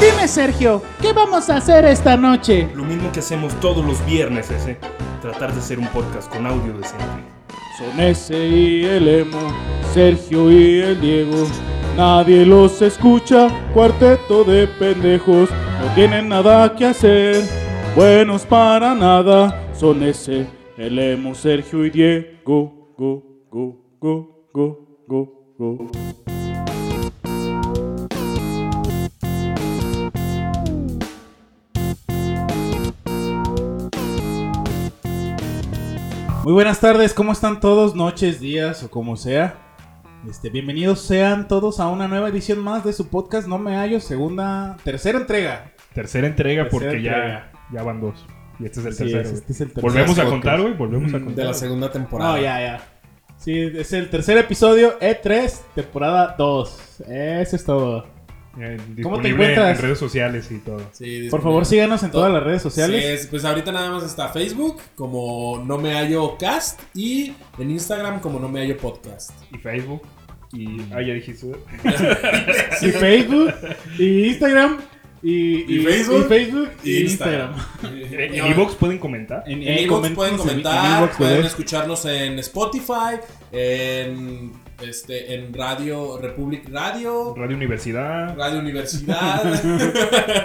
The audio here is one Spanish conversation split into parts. Dime, Sergio, ¿qué vamos a hacer esta noche? Lo mismo que hacemos todos los viernes, ese. Tratar de hacer un podcast con audio decente. Son ese y el emo, Sergio y el Diego. Nadie los escucha, cuarteto de pendejos. No tienen nada que hacer, buenos para nada. Son ese, el emo, Sergio y Diego. Go, go, go, go, go, go. Muy buenas tardes, ¿cómo están todos? Noches, días o como sea. Este, bienvenidos sean todos a una nueva edición más de su podcast No Me Hallo, segunda, tercera entrega. Tercera entrega Tercera porque entrega. ya ya van dos. Y este es el Así tercero. es, güey. este es el tercer Mm, Volvemos a podcast. contar, güey. Volvemos a De contar. la segunda temporada. No, ya, ya. Sí, es el tercer episodio, E3, temporada 2. Eso es todo. Eh, ¿Cómo te disponible encuentras? En redes sociales y todo. Sí, disponible. Por favor, síganos en todas las redes sociales. Sí, es- pues ahorita nada más está Facebook como No Me Hallo Cast y en Instagram como No Me Hallo Podcast. Y Facebook. Y. Ah, ya dijiste. güey. Y Facebook, y Instagram, y, Y Facebook, y, Facebook, y y Instagram. Eh, En No, iVoox pueden comentar. En, en iVoox pueden comentar, pueden pueden escucharnos en Spotify, en, este, en Radio Republic Radio, Radio Universidad. Radio Universidad.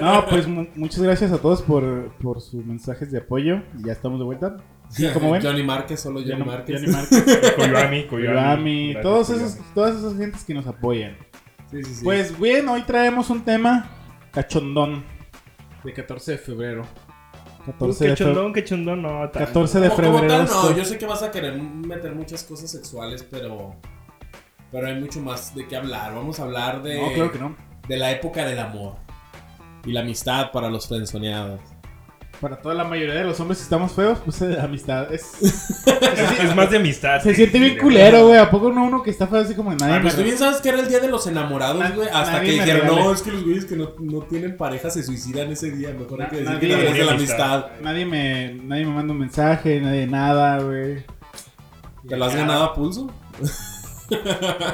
No, pues mu- muchas gracias a todos por, por sus mensajes de apoyo. Ya estamos de vuelta. Sí, como ven. Johnny Márquez, solo Pues, Johnny Johnny- Márquez. Johnny Márquez. Coyoami. Rami, Coyoami. Gracias, todos Coyoami. esos, todas esas gentes que nos apoyan. Sí, sí, sí. Pues bien, hoy traemos un tema cachondón de 14 de febrero. 14 Pues Qué de febrero. chondón, qué chondón. No, tan- 14 de Como- como febrero. tal, no, esto. yo sé que vas a querer meter muchas cosas sexuales, pero pero hay mucho más de qué hablar. Vamos a hablar de, No, claro que no. de la época del amor y la amistad para los frenzoneados. Para toda la mayoría de los hombres que estamos feos, pues eh, amistad. Es, Es, es más de amistad. se sí, siente sí, bien de- culero, güey. ¿A poco no uno que está feo así como nadie? Ah, me pues tú bien sabes que era el día de los enamorados, Nad- güey. Hasta nadie que me dijeron, regala. no, es que los güeyes que no, no tienen pareja se suicidan ese día. Mejor hay que Na- decir que nadie- también es de la amistad. amistad. Nadie me, nadie me manda un mensaje, nadie nada, güey. ¿Te lo has ganado a pulso?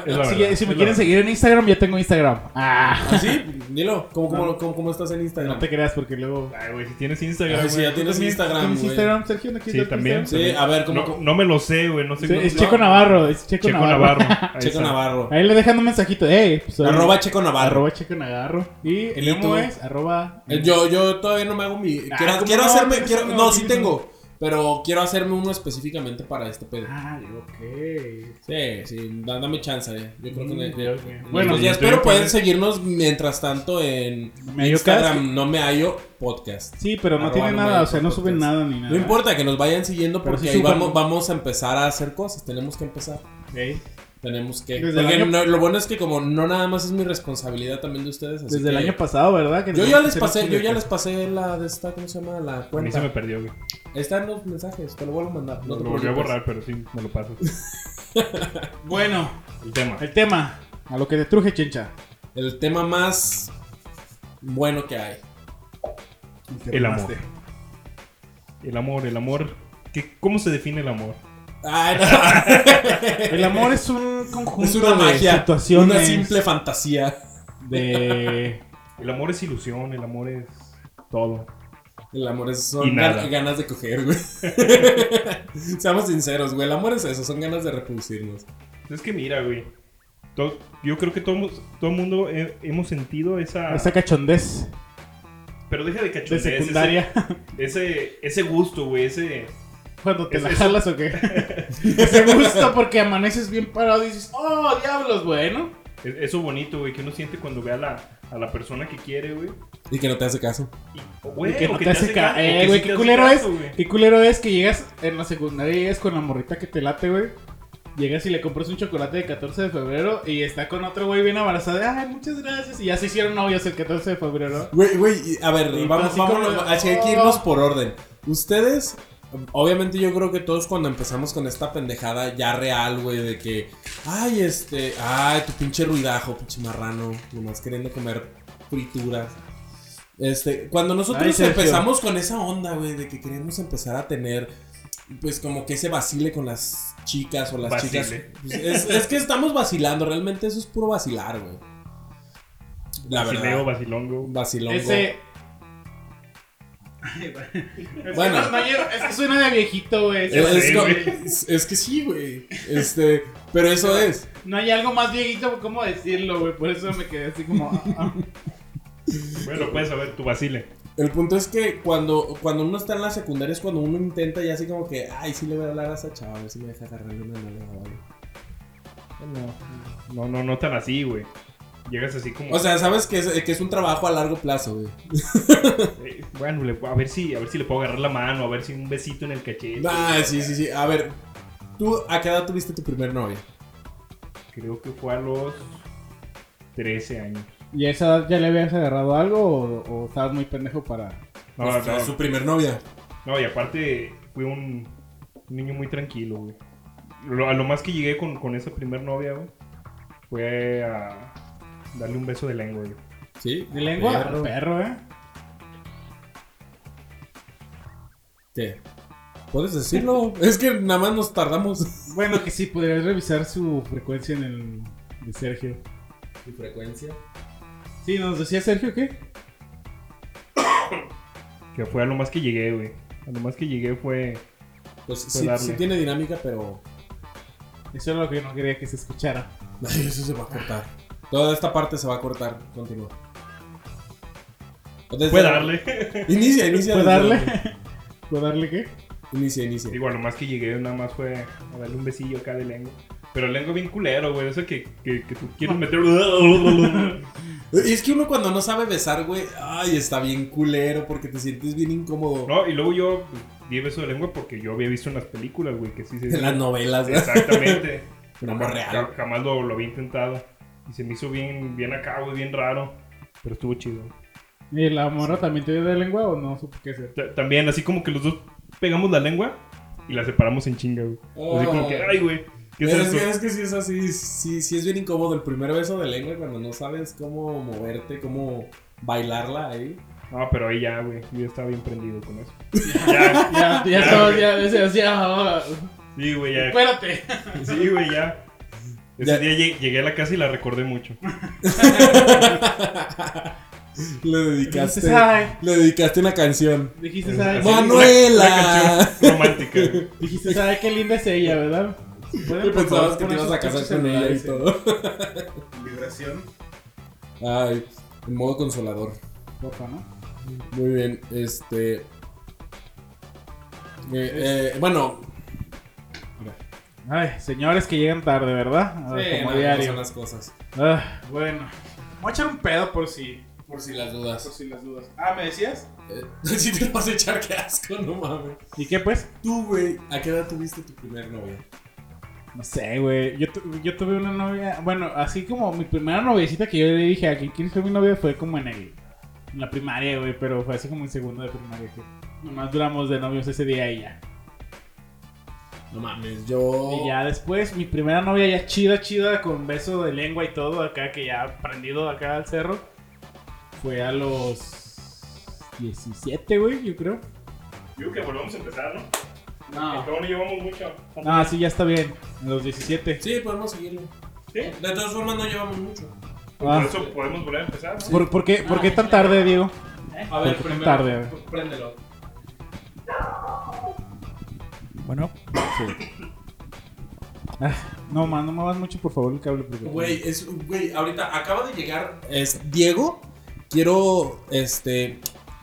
Es la verdad, Si, si me es la quieren verdad. seguir en Instagram, ya tengo Instagram. Ah, ¿Ah, sí? Dilo, ¿cómo, cómo, No. cómo, cómo estás en Instagram? no te creas porque luego. Ay, güey, si tienes Instagram. Ah, Ay, sí, güey. ya tienes Instagram, ¿Tienes güey. Instagram, Sergio? ¿No quieres Sí, dar tu también. Instagram? Sí, a ver, ¿cómo, No, cómo- no me lo sé, güey. No sé Sí, cómo- es no. Checo Navarro, es Checo, Checo Navarro. Navarro. Ahí Checo está. Navarro. Ahí le dejan un mensajito, eh, pues, soy- Arroba Checo Navarro. arroba Checo Navarro. Y el ¿Y emo tú? es arroba. Eh, Yo, yo todavía no me hago mi. Ah, quiero ¿cómo quiero no? hacerme. Tienes Quiero, uno, no, sí tienes tengo. Pero quiero hacerme uno específicamente para este pedo. Ah, ok. Sí, sí, da- dame chance. eh. Yo creo que. Mm, me- ok. me- Bueno, ya yo espero estoy- pueden seguirnos mientras tanto en Me hallo Instagram. No me hallo podcast. Sí, pero no Arroba tiene no nada, me o sea, no suben importa. nada ni nada. No importa que nos vayan siguiendo Pero porque Ah. sí ahí suban. vamos, vamos a empezar a hacer cosas. Tenemos que empezar. Ok. Tenemos que. Desde el porque año- no- lo bueno es que, como no nada más es mi responsabilidad también de ustedes. así Desde el que- año pasado, ¿verdad? Que Yo nos vamos ya a les hacer pasé, un yo ya chile. les pasé la de esta, ¿cómo se llama? La A mí cuenta. se me perdió, güey. Están los mensajes, te lo vuelvo a mandar. No te lo volví a preocupes. borrar, pero sí, me lo paso. Bueno, El tema. el tema. A lo que te truje, chencha. El tema más bueno que hay. El amor. El amor, el amor. ¿Qué, ¿Cómo se define el amor? Ay, no. Este, El amor es un conjunto es una de magia. situaciones. Una simple fantasía. De. El amor es ilusión, el amor es todo. El amor es Y son nada. gan- ganas de coger, güey. Seamos sinceros, güey. El amor es eso, son ganas de reproducirnos. Es que mira, güey. to- yo creo que todo, todo mundo he- hemos sentido esa... Esa cachondez Pero deja de cachondeo. de secundaria. Ese, ese gusto, güey. Ese... Cuando te Es la eso. jalas o qué. Ese gusto porque amaneces bien parado y dices, oh, diablos, bueno. e- Eso bonito, güey, que uno siente cuando ve a la, a la persona que quiere, güey. Y que no te hace caso. Y, o, güey, Y que o no te hace ca- ca- o que eh, güey, sí qué te hace culero caso, es. güey. Qué culero es que llegas en la secundaria y llegas con la morrita que te late, güey. Llegas y le compras un chocolate de 14 de febrero y está con otro güey bien abrazada. Ay, muchas gracias. Y ya se hicieron novios el 14 de febrero. Güey, güey, y- a ver, Y vamos, así vámonos, como- Oh. así hay que irnos por orden. Ustedes, obviamente yo creo que todos cuando empezamos con esta pendejada ya real, güey, de que, ay, este, ay, tu pinche ruidajo, pinche marrano, nomás queriendo comer frituras. Este, cuando nosotros Ay, Sergio. empezamos con esa onda, güey, de que queremos empezar a tener, pues como que ese vacile con las chicas o las Vacile. chicas. pues, es, es que estamos vacilando, realmente eso es puro vacilar, güey. La verdad. Basileo, Basilongo. Vacilongo. Ese. Bueno. bueno. Es que suena de viejito, güey. Es, es Sí, co- güey. es- es que sí, güey. Este, pero eso es. No hay algo más viejito, ¿cómo decirlo, güey? Por eso me quedé así como. ah, ah. Bueno, puedes saber tu Basile. El punto es que cuando, cuando uno está en la secundaria es cuando uno intenta y así como que, ay, sí le voy a hablar a esa chava, a ver si me deja agarrarle una nalga o algo". No, no, no tan así, güey. Llegas así como. O sea, sabes que es, eh, que es un trabajo a largo plazo, güey. eh, bueno, le- a ver si, a ver si le puedo agarrar la mano, a ver si un besito en el cachete. Ah, sí, sí, sí. A ver, ¿tú a qué edad tuviste tu primer novia? Creo que fue a los 13 años. ¿Y a esa edad ya le habías agarrado algo o, o estabas muy pendejo para.? No, Pues, no, Su primer novia. no, y aparte fui un un niño muy tranquilo, güey. Lo- a lo más que llegué con, con esa primer novia, güey, fue a darle un beso de lengua, güey. ¿Sí? ¿De lengua? Perro. Perro, ¿eh? ¿Qué? ¿Puedes decirlo? es que nada más nos tardamos. Bueno, que sí, podrías revisar su frecuencia en el. de Sergio. ¿Tu frecuencia? Sí, nos decía Sergio que. Que fue a lo más que llegué, güey. A lo más que llegué fue. Pues sí, darle. sí tiene dinámica, pero... Eso era lo que yo no quería que se escuchara. Ay, eso se va a cortar. Toda esta parte se va a cortar. Continúa. Desde- Fue darle. Inicia, inicia. ¿Puedo desde- darle? ¿Puedo darle qué? Inicia, inicia. Digo, a lo más que llegué nada más fue a darle un besillo acá de lengua. Pero lengua bien culero, güey. Eso que, que, que tú quieres meter. Y Es que uno cuando no sabe besar, güey, ay, está bien culero porque te sientes bien incómodo. no, y luego yo pues, di beso de lengua porque yo había visto en las películas, güey, que sí se. En las novelas, güey. Exactamente. Un amor real. Ja- Jamás lo, lo había intentado. Y se me hizo bien, bien acá, güey, bien raro. Pero estuvo chido. ¿Y la morra también te dio de lengua o no supo qué hacer? Ta- También, así como que los dos pegamos la lengua y la separamos en chinga, güey. Así como que, ay, güey. ¿Qué es Pero es, eso? que, es que sí es así, sí, sí es bien incómodo el primer beso de lengua cuando no sabes cómo moverte, cómo bailarla ahí. No, pero ahí ya, güey. Yo estaba bien prendido con eso. ya, Ya, ya estaba, ya, decía, ya, sí, güey, ya. espérate. Sí, güey, ya. Ese Ya. día llegué, llegué a la casa y la recordé mucho. Le Dijiste, dedicaste, ay. le dedicaste una canción. Dijiste, ¿sabes? Así, una- ¡Manuela! una canción romántica. güey. Dijiste, ¿sabes qué linda es ella, verdad? Yo Pueden, por pensabas favor, que te poner ibas sus a casar pinches con ella y celulares, eh. todo. Vibración. Ay, en modo consolador. Porfa, ¿no? Muy bien, este. eh, eh, bueno, Ay, señores que llegan tarde, ¿verdad? A ver, sí, como no, no diario. son las cosas. Ah, bueno. Voy a echar un pedo por si, Por si las por dudas. si las dudas. Ah, ¿me decías? Eh, si te vas a echar, qué asco, no mames. ¿Y qué, pues? Tú, güey, ¿a qué edad tuviste tu primer novia? No sé, güey. Yo, tu- yo tuve una novia. Bueno, así como mi primera noviecita que yo le dije a quien quiere ser mi novia fue como en el. En la primaria, güey. Pero fue así como en segundo de primaria. Que nomás duramos de novios ese día y ya. No mames, yo. Y ya después, mi primera novia ya chida, chida, con beso de lengua y todo, acá que ya prendido acá al cerro. Fue a los 17, güey, yo creo. Yo creo que volvemos a empezar, ¿no? No. Aún no llevamos mucho. Ah, sí, ya está bien. A los 17. Sí, podemos seguirlo. ¿Sí? De todas formas, no llevamos mucho. Por Ah. eso podemos volver a empezar. ¿no? ¿Por, por qué, Ah, por qué tan tarde, Diego? A ver, Porque es primero, tarde, a ver. Préndelo. Bueno. Ah, no, man, no me vas mucho, por favor, el cable. porque- Güey, es. Güey, ahorita acaba de llegar. Es Diego. Quiero. Este.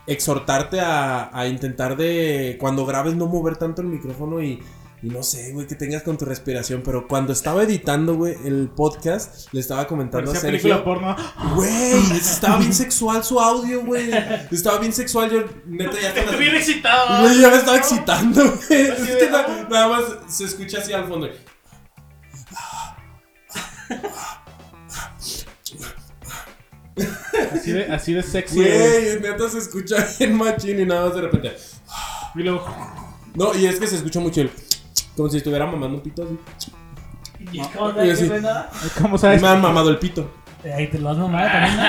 Exhortarte a, a intentar de. Cuando grabes, no mover tanto el micrófono y. Y no sé, güey, que tengas con tu respiración. Pero cuando estaba editando, güey, el podcast, le estaba comentando Parecía a Sergio. película porno. Güey, estaba bien sexual su audio, güey. Estaba bien sexual, yo neta ya estaba. Estoy bien excitado. Güey, ya me estaba excitando, güey. Así Es que de- ah. na- nada más se escucha así al fondo. Así de, así de sexy. es. Pues. Güey, neta se escucha bien machín y nada más de repente. Y luego, No, y es que se escucha mucho el. Como si estuviera mamando un pito así. Y así, ¿cómo sabes? me han mamado el pito. Ahí te lo has mamado también.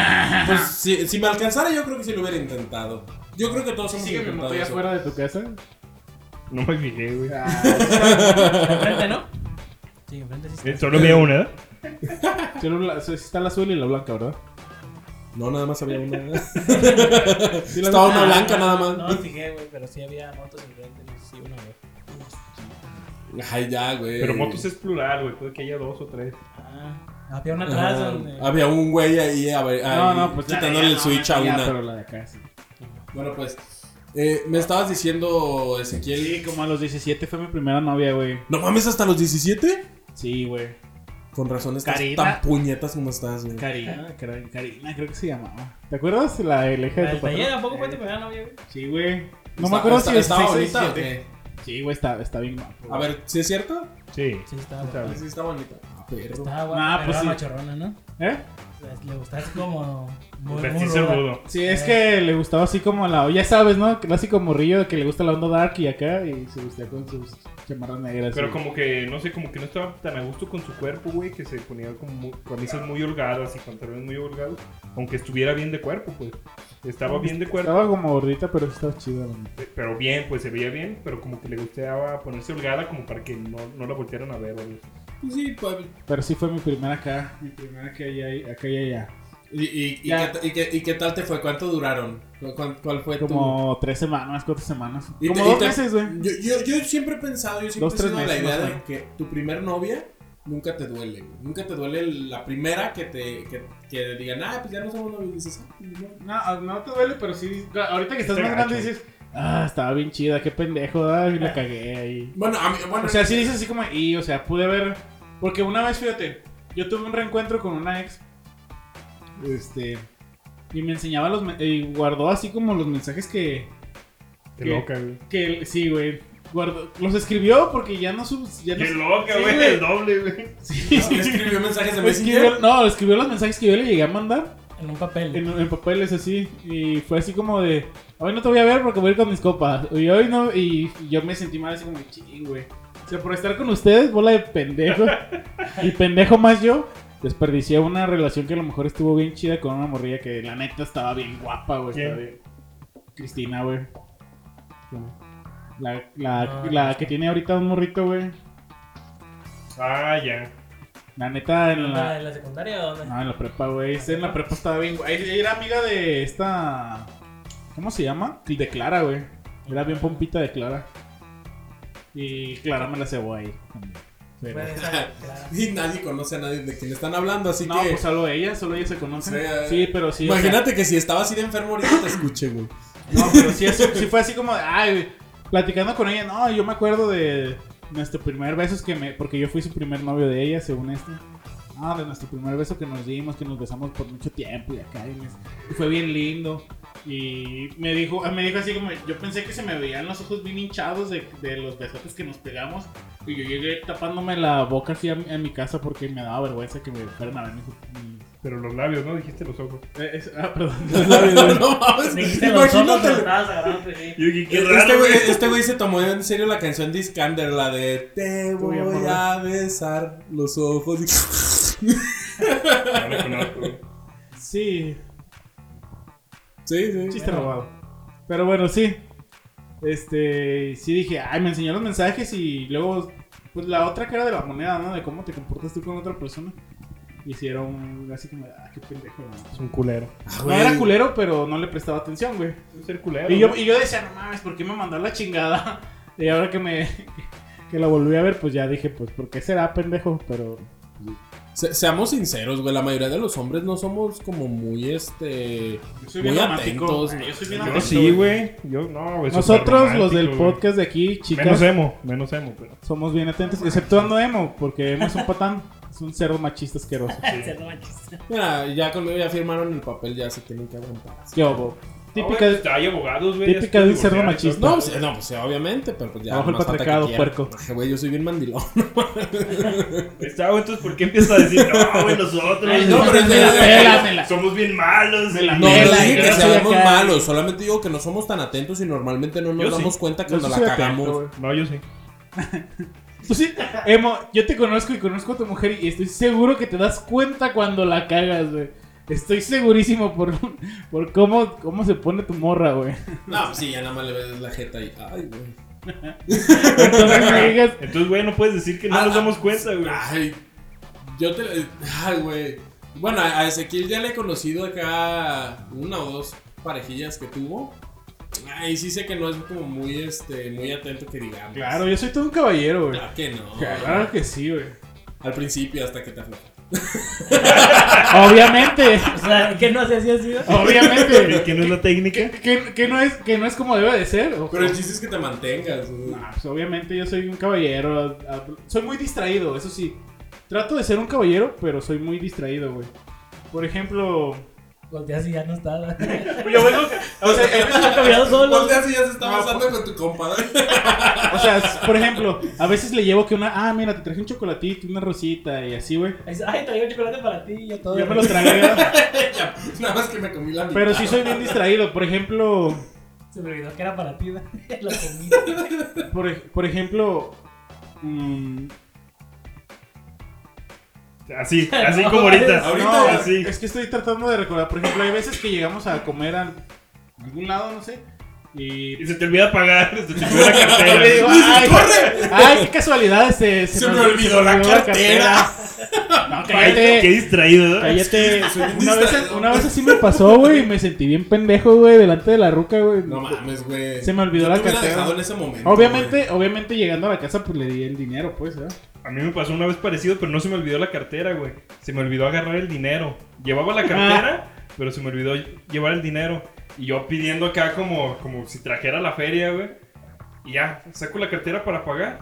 Pues si, si me alcanzara, yo creo que sí lo hubiera intentado. Yo creo que todos hemos Sigue mi intentado moto ya eso. fuera de tu casa. No me fijé, güey. Ah. Enfrente, ¿no? Sí, enfrente sí. Eh, Solo había una. Solo la- sí está la azul y la blanca, ¿verdad? No, nada más había una. Estaba una blanca nada No más. me fijé, güey, pero sí había motos enfrente. no sé si una, güey. Ay, ya, güey. Pero motos es plural, güey. Puede que haya dos o tres. Ah, había una Ajá. atrás donde. Había un güey ahí, a ver, No, ahí no, pues la de quitándole allá el no, switch ya, a una. Pero la de acá sí. Bueno, pues. eh, me estabas diciendo, Ezequiel. Sí, como a los 17 fue mi primera novia, güey. No mames, hasta los 17. Sí, güey. Con razón estás Karina. tan puñetas como estás, güey. Karina, Kar- Karina, creo que se llamaba. ¿Te acuerdas? La del eje de La tu del taller, ¿a patrón. poco fue tu primera novia, güey? Sí, güey. No Está- me acuerdo está- si 16 estaba o bonita. 17. o Sí, güey, está, está bien guapo. qué? A ver, ¿sí es cierto? Sí. Sí, estaba guapa. Estaba. Sí, está bonita. Ah, Pero... Estaba guapa. Ah, Nah, pero pues era sí. machorrona, ¿no? ¿Eh? Pues, Le gustas como. Muy, muy Vestirse ruda. rudo. Sí, es que le gustaba así como la. Ya sabes, ¿no? Clásico morrillo de que le gusta la onda dark y acá. Y se vestía con sus chamarras negras. Pero güey. como que, no sé, como que no estaba tan a gusto con su cuerpo, güey, que se ponía como mu- camisas muy holgadas y pantalones muy holgados, aunque estuviera bien de cuerpo, pues. Estaba bien de cuerpo, Estaba como gordita, pero estaba chida. la neta. pe- pero bien, pues se veía bien, pero como que le gustaba ponerse holgada como para que no, no la voltearan a ver, güey. Pues sí, pues. Pero sí fue mi primera acá. Mi primera que allá, acá y allá. ¿Y, y, y, Ya. qué, ta- y qué- y qué tal te fue? ¿Cuánto duraron? ¿Cu- cuál- ¿Cuál fue tu.? Como tres semanas, cuatro semanas. Y como te- y dos te- meses, güey. Yo, yo, yo siempre he pensado, yo siempre Dos, he tres sido de la meses, idea más o de que tu primer novia nunca te duele. güey. Nunca te duele la primera que te que, que digan, ah, pues ya no somos novios. Dices, ah, pues no. No, no te duele, pero sí. Ahorita que estás Está más grande gacho. dices, ah, estaba bien chida, qué pendejo, ay, la cagué ahí. Bueno, a mí, bueno, O sea, sí dices así como, y, o sea, pude ver. Porque una vez, fíjate, yo tuve un reencuentro con una ex. Este. Y me enseñaba los. me- Y guardó así como los mensajes que. Qué ¿Qué? loca, güey. que sí, güey. Guardó, los escribió porque ya no. sub- Ya no Qué loca, Sí, güey, güey. el doble, güey. sí, no, escribió mensajes de Escribió- Messenger. no, escribió los mensajes que yo le llegué a mandar. En un papel. En, en papeles así. Y fue así como de. Hoy no te voy a ver porque voy a ir con mis copas. Y hoy no. Y yo me sentí mal así como ching, güey. O sea, por estar con ustedes, bola de pendejo. y pendejo más yo. Desperdicié una relación que a lo mejor estuvo bien chida con una morrilla que la neta estaba bien guapa, güey. ¿Quién? estaba bien- Cristina, güey. La, la, No, la no que sé. tiene ahorita un morrito, güey. Ah, ya. La neta, en la, ¿En la secundaria o dónde? No, Ah, en la prepa, güey. Esa en la prepa estaba bien, güey. Ella Era amiga de esta. ¿Cómo se llama? De Clara, güey. Era bien pompita de Clara. Y Clara me la cebó ahí. Pero- Bueno, esa- claro. Y nadie conoce a nadie de quien están hablando, así No, que. pues solo ella, solo ella se conoce. Sí, eh. Sí, pero sí. o sea, imagínate que si estaba así de enfermo ahorita te escuche, güey. no, pero sí, así- sí fue así como. de, Ay, güey, platicando con ella. No, yo me acuerdo de nuestro primer beso. Es que me. Porque yo fui su primer novio de ella, según esto. Ah, de nuestro primer beso que nos dimos, que nos besamos por mucho tiempo y acá. Y me- y fue bien lindo. Y me dijo, ah, me dijo así como, yo pensé que se me veían los ojos bien hinchados de, de los besotes que nos pegamos. Y yo llegué tapándome la boca así a, mi- a mi casa porque me daba vergüenza que me fueran a ver mis... mis- Pero los labios, ¿no? Dijiste los ojos. eh, es- ah, perdón. no mames. Dijiste los ojos, Imagínate. los estabas agarrando, pues, sí. Yo dije, qué Este raro, güey, güey. este güey se tomó en serio la canción de Iskander, la de Te voy voy a a besar los ojos. No lo conozco, güey. Sí, Sí, sí. chiste robado. Pero bueno, sí. Este, sí dije, ay, me enseñó los mensajes y luego, pues la otra cara de la moneda, ¿no? De cómo te comportas tú con otra persona. Hicieron así como, ah, qué pendejo, ¿no? Es un culero. Ah, No güey. era culero, pero no le prestaba atención, güey. Es el culero. Y yo, güey. y yo decía, no mames, ¿por qué me mandó a la chingada? Y ahora que me que la volví a ver, pues ya dije, pues, ¿por qué será, pendejo? Pero Se- seamos sinceros, güey. La mayoría de los hombres no somos como muy este. yo soy bien bien romántico, romántico. güey. Yo soy bien Yo atento, sí, güey. Yo no, güey. Nosotros, los del superromántico, güey. podcast de aquí, Menos chicas, emo, menos emo, pero. somos bien atentos, exceptuando Emo, porque Emo es un patán, es un cerdo machista asqueroso. Se lo manches. Mira, ya conmigo ya firmaron el papel, ya se tienen que aguantar. Yo, bo- típica, Ah, güey, hay abogados, güey. ya típica se de un cerdo divorciaron, machista. No, pues, no, pues obviamente, pero pues ya. Abajo el nomás falta que patriarcado, quieran. puerco. Ay, Güey, yo soy bien mandilón. Está, güey, entonces, ¿por qué empiezas a decir, no, güey, nosotros No, pero es me de- la pela, me la- somos bien malos? Me la y- No, Mela, no dije yo que soy seamos acá. malos, solamente digo que no somos tan atentos y normalmente no nos Yo sí. damos cuenta Yo cuando sí la soy cagamos. atento, No, güey. yo sí. Tú sí, Emo, yo te conozco y conozco a tu mujer y estoy seguro que te das cuenta cuando la cagas, güey. Estoy segurísimo por, por cómo, cómo se pone tu morra, güey. no, pues, sí, ya nada más le ves la jeta y. Ay, güey. Entonces me digas, Entonces, güey, no puedes decir que no Ah, nos ah, damos cuenta, güey. Ay, yo te. Ay, güey. Bueno, a a Ezequiel ya le he conocido acá una o dos parejillas que tuvo. Ahí sí sé que no es como muy, este, muy atento que digamos. Claro, yo soy todo un caballero, güey. Claro que no. Claro que sí, güey. Al principio hasta que te afloja. Obviamente, O sea, ¿qué no sé si ha sido? ¿Y obviamente. ¿Quién es la técnica? ¿Qué, qué- qué no es, que no es como debe de ser? o- Pero el chiste es que te mantengas. güey. Nah, pues obviamente yo soy un caballero. a- a- Soy muy distraído, eso sí. Trato de ser un caballero, pero soy muy distraído, güey. Por ejemplo, Volteas y ya no estaba. yo vengo. O sea, Está cambiado solo. Volteas y ya se está No, pues. pasando con tu compadre. o sea, s- por ejemplo, a veces le llevo que una. Ah, mira, te traje un chocolatito, una rosita y así, güey. Dice, Ay, traigo chocolate para ti y yo todo. Yo me lo tragué, ¿verdad? Nada más que me comí la mitad. pero sí soy bien distraído. Por ejemplo, Se me olvidó que era para ti. ¿no? Lo comí. por, ej- por ejemplo. mm, Así, así No, como ahorita. ahorita No, ya. así. es que estoy tratando de recordar. Por ejemplo, hay veces que llegamos a comer a algún lado, no sé. Y. Y se te olvida pagar, se te olvida la cartera. ¡Ay, qué- ay, qué casualidad! Este, Se me olvidó la cartera. cartera. No, Ay, qué cállate. distraído. ¿no? Cállate. Una vez, distraído. una vez así me pasó, güey, y me sentí bien pendejo, güey, delante de la ruca, güey. No mames, güey. Se me olvidó Yo la te hubiera cartera. dejado en ese momento. güey. Obviamente, obviamente llegando a la casa, pues le di el dinero, pues, ¿verdad? A mí me pasó una vez parecido, pero no se me olvidó la cartera, güey. Se me olvidó agarrar el dinero. Llevaba la cartera, pero se me olvidó llevar el dinero. Y yo pidiendo acá como, como si trajera la feria, güey. Y ya, saco la cartera para pagar.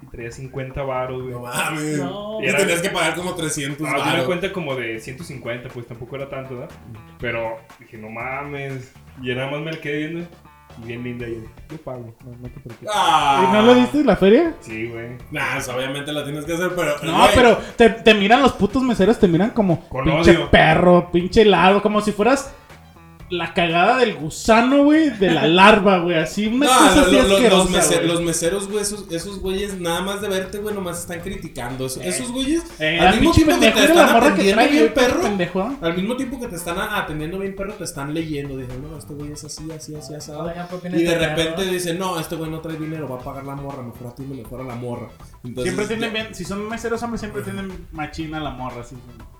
Y traía 50 baros, güey. No mames. No. Y tenías que pagar como 300 Ah, di una baros. cuenta como de 150, pues tampoco era tanto, ¿verdad? Pero dije, no mames. Y nada más me la quedé viendo. Y bien linda, yo, yo pago, no, no te preocupes. Ah. ¿Y no lo diste en la feria? Sí, güey. Nah, o sea, obviamente la tienes que hacer, pero. No, güey, pero te, te miran los putos meseros, te miran como Con pinche odio. perro, pinche helado, como si fueras la cagada del gusano, güey, de la larva, güey, así una No, cosa lo- así lo- lo- los, asquerosa, mese- güey. los meseros, güey, esos, esos güeyes, nada más de verte, güey, nomás están criticando. Eso- Esos güeyes, Eh, al al mismo pinche tiempo que te pendejo era están la morra que atendiendo trae, bien güey, perro. pendejo. Al mismo tiempo que te están a- atendiendo bien perro, te están leyendo. Dicen, no, este güey es así, así, así, así. Oigan, ¿por qué no Y de está repente caro? dicen, no, este güey no trae dinero, va a pagar la morra, mejor a ti, mejor a la morra. Entonces, Siempre tienen ya- bien, si son meseros hombres, siempre tienen machina la morra, así, como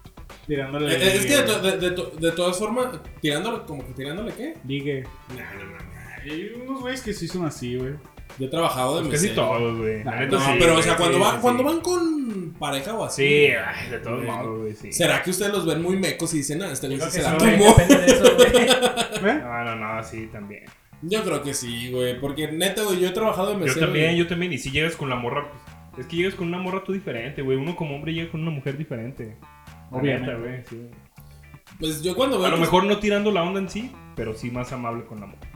tirándole. Eh, eh, Es que de, to- de- de to- de todas formas, tirándole, como que tirándole, ¿qué? Digue. Nah, no, no, no. Hay unos güeyes que sí son así, güey. Yo he trabajado de Pues casi mesero. todos, güey. La No, neta No, sí, pero o güey, sea, cuando, sí, van, sí, cuando sí. van con pareja o así. Sí, eh. ay, de todos modos, güey, sí. ¿Será que ustedes los ven muy mecos y dicen, ah, este güey Creo sí que se la solo tomó? depende de eso, güey. ¿Eh? No, no, no, sí, también. Yo creo que sí, güey. Porque neta, güey, yo he trabajado de Yo mesero. también, güey. yo también. Y si llegas con la morra, pues, es que llegas con una morra tú diferente, güey. Uno como hombre llega con una mujer diferente. La Obviamente. neta, güey, sí. Pues yo cuando veo. A lo que- mejor no tirando la onda en sí, pero sí más amable con la mujer.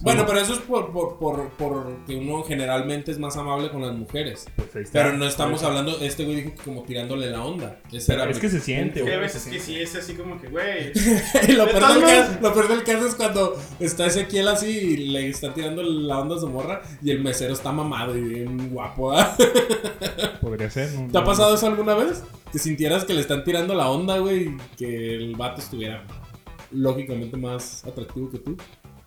Bueno, pero eso es por, por, por, por que uno generalmente es más amable con las mujeres. Pues ahí está. Pero no estamos hablando. Este güey dijo que como tirándole la onda. Ese era Es que se siente, Que güey. a veces que sí es así como que, güey. Y lo, De peor del todas caso, maneras- lo peor del caso es cuando está Ezequiel así y le está tirando la onda a su morra y el mesero está mamado y bien guapo. ¿ah? Podría ser. no- ¿Te ha no- pasado eso alguna vez? Que sintieras que le están tirando la onda, güey, y que el vato estuviera lógicamente más atractivo que tú.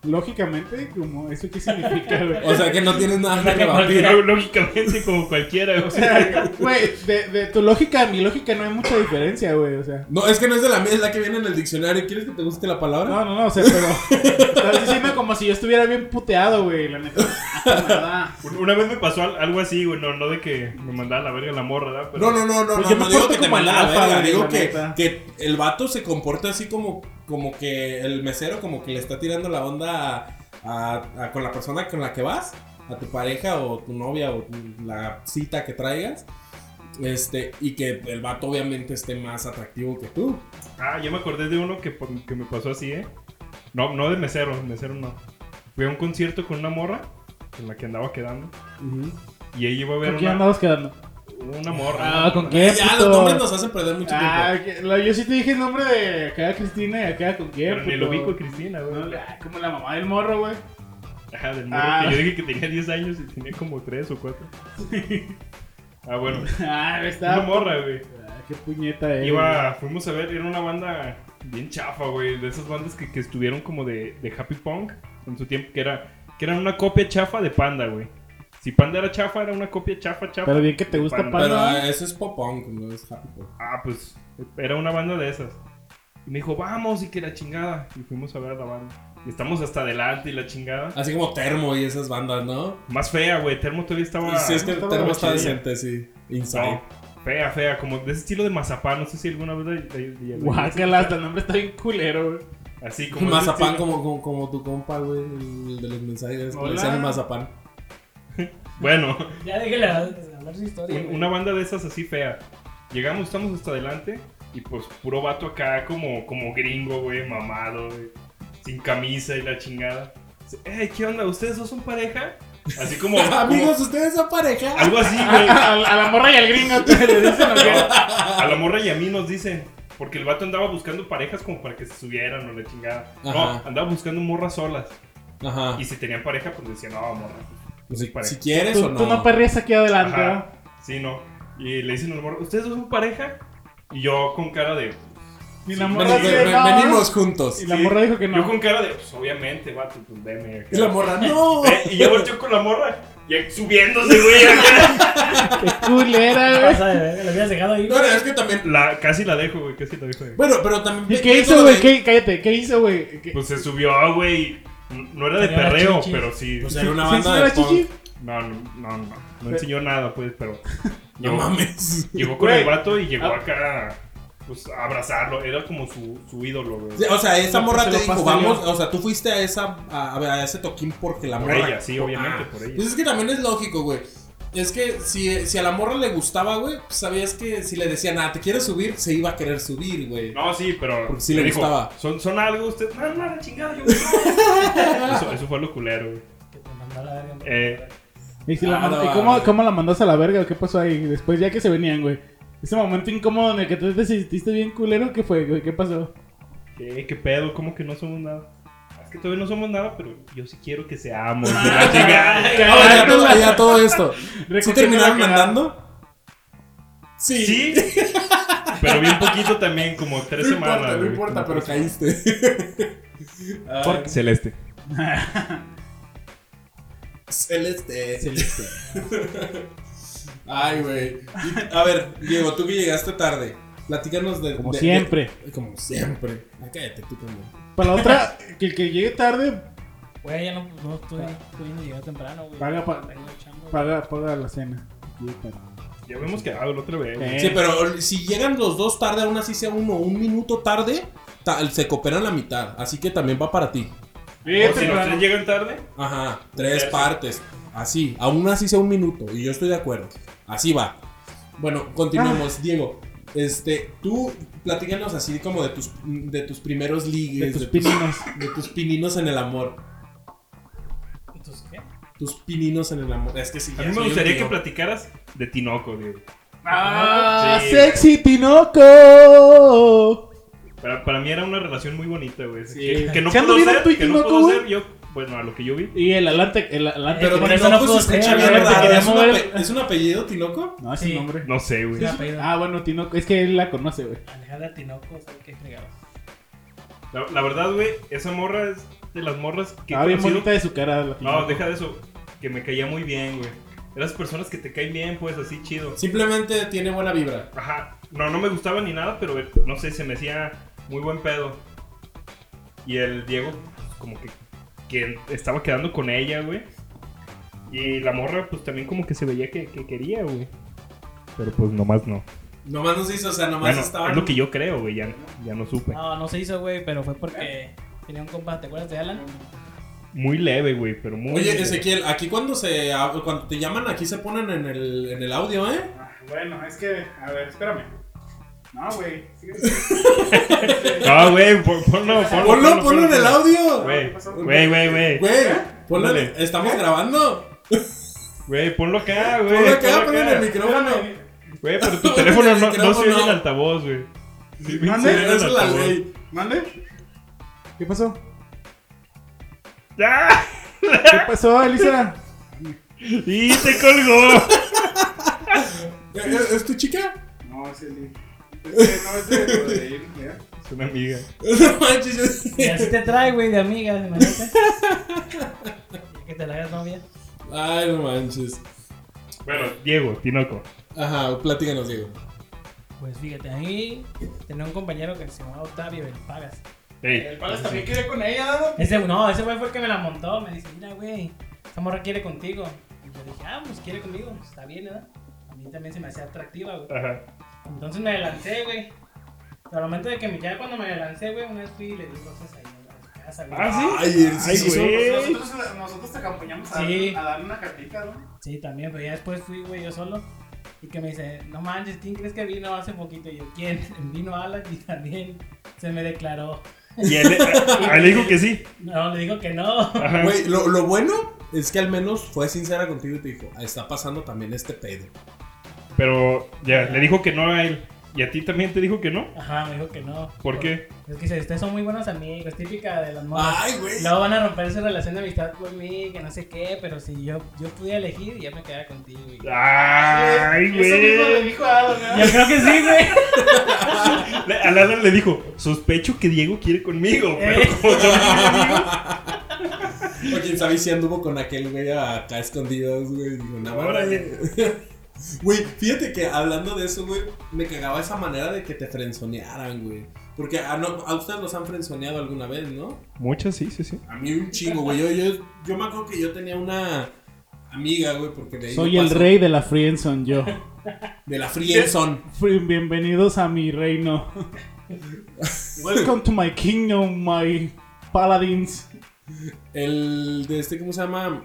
Lógicamente, como, ¿eso qué significa, güey? O sea, que no tienes nada que rebatir. Cualquiera, Lógicamente, como cualquiera, güey. O sea, güey, de, de tu lógica a mi lógica no hay mucha diferencia, güey. O sea, No, es que no es de la mía, es la que viene en el diccionario. ¿Quieres que te guste la palabra? no, no, no, o sea, pero. Estás diciendo como si yo estuviera bien puteado, güey, la neta. Ah, nada. Una vez me pasó al- algo así, güey. No, no de que me mandaba a la verga la morra, ¿verdad? Pero- No, no, no, no, Pues no, yo no me digo porto que te como el mande a la alfa, verga, güey, digo la que, neta. que el vato se comporta así como, como que el mesero como que le está tirando la onda a, a- a- con la persona con la que vas, a tu pareja o tu novia o tu- la cita que traigas. Este, y que el vato obviamente esté más atractivo que tú. Ah, yo me acordé de uno que, por- que me pasó así, ¿eh? No, no de mesero, mesero no. Fui a un concierto con una morra con la que andaba quedando. Y ella iba a ver ¿Con quién una, andabas quedando? una morra. Ah, ¿con qué? ya, puto? los nombres nos hacen perder mucho Ah, que- la- yo sí te dije el nombre de acá Cristina y acá con quién. Pero ni puto. lo ubico a Cristina, No, güey. le- ah, como la mamá del morro, güey. Ajá, del morro Ah. que yo dije que tenía 10 años y tenía como 3 o 4. ah, bueno. Ah, está. Una morra, güey. Ah, qué puñeta es. Iba, fuimos a ver, era una banda bien chafa, güey. De esas bandas que, que estuvieron como de, de Happy Punk en su tiempo, que era que eran una copia chafa de Panda, güey. Si Panda era chafa, era una copia chafa, chafa. Pero bien que te gusta Pan- Panda. Pero ah, eso es pop punk, no es happy pop. Ah, pues Era una banda de esas. Y me dijo, vamos, y que la chingada. Y fuimos a ver a la banda. Y estamos hasta adelante y la chingada. Así como Termo y esas bandas, ¿no? Más fea, güey. Termo todavía Ah, estaba. sí, este es que estaba Termo está chida. decente, sí. Inside. No, fea, fea. Como de ese estilo de mazapán. No sé si alguna vez. la- la- la- la- Guácala, hasta el nombre está bien culero, güey. Así como. ese Mazapán estilo. como, como, como tu compa, güey, el, el de los mensajes. que Le Hola. decían el mazapán. Bueno, Ya déjele hablar su historia. un- güey. una banda de esas así fea. Llegamos, estamos hasta adelante. Y pues puro vato acá, como, como gringo, güey, mamado, güey. Sin camisa y la chingada. Dice, Eh, ¿qué onda? ¿Ustedes dos son pareja? Así como. como- Amigos, ¿ustedes son pareja? algo así, güey. A, a la morra y al gringo te le dicen o qué? A la morra y a mí nos dicen. Porque el vato andaba buscando parejas como para que se subieran o la chingada. Ajá. No, andaba buscando morras solas. Ajá. Y si tenían pareja, pues decían, no, morra. Pues sí, si, pareja. si quieres Tú, o no. tú no perrías aquí adelante, Ajá. ¿no? Sí, no. Y le dicen a la morra, ¿ustedes dos son pareja? Y yo con cara de. Y la Sí, morra Ven- dice, ven- "No". venimos juntos. Y la morra dijo que Yo no. con cara de, pues obviamente, vato, pues deme. acá". Y la morra, no. Eh, y yo volteo con la morra. Y subiéndose, güey. acá. Qué culera, güey. Pasa de verga, lo habías dejado ahí. güey. Bueno, es que también. La, casi la dejo, güey. Casi la dejo. güey. Bueno, pero también. ¿Y qué hizo, güey? ¿Qué- Cállate, ¿qué hizo, güey? ¿Qué- Pues se subió, güey. No no era de Tenía las perreo, chichis. pero sí. Pues era una ¿Sí banda enseñó de la chichi? punk. No, no, no, no, no enseñó nada, pues, pero. No llegó- mames. Llegó con Güey. el vato y llegó Ah. acá pues, a abrazarlo. Era como su, su ídolo, güey. Sí, O sea, esa No, morra pues, te se lo dijo, pasteleo. vamos. O sea, tú fuiste a esa a, a ese toquín porque la Por morra. ella, sí, obviamente, por ella. Pues es que también es lógico, güey. Es que si, si a la morra le gustaba, güey, pues sabías que si le decían, ah, ¿te quieres subir? Se iba a querer subir, güey. No, sí, pero. Porque sí le dijo, gustaba. ¿Son, son algo ustedes. No, no, la chingada, yo. eso, eso fue lo culero, güey. Que te mandó a la verga, güey. Eh, ¿Y, si la Ah, mand- no, ¿y cómo, vale. cómo la mandaste a la verga? ¿Qué pasó ahí? Después, ya que se venían, güey. Ese momento incómodo en el que tú te sentiste bien culero, ¿qué fue, güey? ¿Qué pasó? Eh, ¿qué, qué pedo? ¿Cómo que no somos nada? Es que todavía no somos nada, pero yo sí quiero que seamos. y la chingada. Ah, ya todo- ya todo esto. ¿Sí Recogiendo terminaron la cagada. mandando? Sí. Sí. Pero bien poquito también, como tres No semanas. importa, no güey, importa, como pero tres- caíste. Ah, Por- Celeste. Celeste. Celeste. Ay, güey. Y- A ver, Diego, tú que llegaste tarde, platícanos de. Como de- siempre. de- como siempre. Ay, cállate tú también. Para la otra, que el que llegue tarde, Güey, ya no, no estoy pudiendo llegar temprano, güey. Paga pa- Tengo chamba, güey. paga, paga la cena. Llegue tarde. Ya habíamos quedado la otra vez. güey. Eh, Sí, pero si llegan los dos tarde, aún así sea uno un minuto tarde, ta- se cooperan la mitad. Así que también va para ti. bien O si los temprano. tres llegan tarde, Ajá, tres Ya sé. partes. Así, aún así sea un minuto. Y yo estoy de acuerdo. Así va. Bueno, Ah. continuemos, Diego. Este, tú platícanos así como de tus, de tus primeros ligues, De tus pininos. de tus pininos en el amor. Entonces, ¿qué? Tus pininos en el amor. Es que sí, a ya mí soy me un gustaría que tío. platicaras de Tinoco, güey. ¡Ah! Sí. ¡Sexy Tinoco! Para, para mí era una relación muy bonita, güey. Sí. Que, que no ¿Se han pudo olvidado ser, tú y que no Tinoco, pudo güey? ser. Yo, bueno, a lo que yo vi. Y el Atlante. El Atlante Pero Por Tinoco eso no se puedo escucha ser, bien güey, porque raro. quería ¿Es un mover- ape- ¿Es un apellido, Tinoco? No, es su Sí. nombre. No sé, güey. Sí, apellido. Ah, bueno, Tinoco. Es que él la conoce, güey. Alejandra Tinoco, ¿sabes qué fregado? La, la verdad, güey, esa morra es de las morras que he Estaba Ah, bien conocido- bonita de su cara. La No, Tinoco. deja de eso. Que me caía muy bien, güey. De las personas que te caen bien, pues, así chido. Simplemente tiene buena vibra. Ajá. No, no me gustaba ni nada, pero eh, no sé, se me hacía muy buen pedo. Y el Diego, pues, como que, que estaba quedando con ella, güey. Y la morra, pues también como que se veía que, que quería, güey. Pero pues nomás no. Nomás nos hizo, o sea, nomás Bueno, estaba. Ah. es lo que yo creo, güey. Ya, ya no supe. No, no se hizo, güey, pero fue porque tenía un compa, ¿te acuerdas de Alan? Muy leve, güey, pero muy. Oye, leve. Ezequiel, aquí cuando se hab- cuando te llaman, aquí se ponen en el, en el audio, ¿eh? Ah, Bueno, es que. A ver, espérame. No, güey. sigue. No, güey, pon- ponlo, ponlo. Ponlo, ponlo en el audio. Güey, güey, güey, güey. Güey, ponlo, Ándale. estamos grabando. Güey, ponlo acá, güey. Ponlo acá, ponlo en el micrófono. Espérame. Güey, pero tu Ponlo en teléfono el no, no se micrófono. oye el altavoz, güey. Sí, ¿Mande? se oye Esa el es la altavoz. ley. ¿Mande? ¿Qué pasó? ¡Ah! ¿Qué pasó, Elisa? ¡Y se colgó! ¿Es, es tu chica? No, es el. Es que no es de lo de ir, ¿ya? Es una amiga. No manches. Y así te trae, güey, de amigas, imagínate. Ya que te la hagas novia. Ay, no manches. Bueno, Diego, Tinoco. Ajá, platícanos, Diego. Pues fíjate, ahí tenía un compañero que se llamaba Octavio, el Pagas. Ey, El Palas también quiere con ella, ¿no? Ese, no, ese güey fue el que me la montó. Me dice, mira, güey, esta morra quiere contigo. Y yo dije, ah, pues quiere conmigo, pues está bien, ¿verdad? A mí también se me hacía atractiva, güey. ajá. Entonces me lancé, güey. Pero al momento de que me, ya cuando me lancé, güey, una vez fui y le di cosas ahí a la casa, güey. Ah, sí. Ay, él sí Ay, hizo- güey. Nosotros, nosotros te acompañamos a, Sí. a dar una cartita, ¿no? Sí, también, pero ya después fui, güey, yo solo. Y que me dice, no manches, ¿quién crees que vino hace poquito? Y yo, ¿quién? Vino Alan y también se me declaró. Y él, a- él dijo que sí. No, le digo que no. Ajá. Güey, lo, lo bueno es que al menos fue sincera contigo y te dijo, "Ah, está pasando también este pedo. Pero ya, le dijo que no a él. ¿Y a ti también te dijo que no? Ajá, me dijo que no. ¿Por qué? Ah, Es que dice, ustedes son muy buenos amigos, típica de las morras. Ay, güey. Luego van a romper su relación de amistad por mí, que no sé qué, pero si yo, yo pudiera elegir, ya me quedara contigo. güey. Yo Ay, Y Eso mismo le güey. dijo a Adam, ¿no? creo que sí, güey. Le- A Lala le dijo, sospecho que Diego quiere conmigo. Pero Eh. como yo no quiero conmigo. O quién sabe si anduvo con aquel güey acá escondidos, güey. Digo, nada más. güey". Güey, fíjate que hablando de eso, güey, me cagaba esa manera de que te frenzonearan, güey. Porque a, no, a ustedes los han frenzoneado alguna vez, ¿no? Muchas, sí, sí, sí. A mí un chingo, güey. Yo, yo, yo me acuerdo que yo tenía una amiga, güey, porque de ahí Soy me el pasó- rey de la Friendzone, yo. De la Friendzone. Fri- Bienvenidos a mi reino. Welcome to my kingdom, my paladins. El de este, ¿cómo se llama?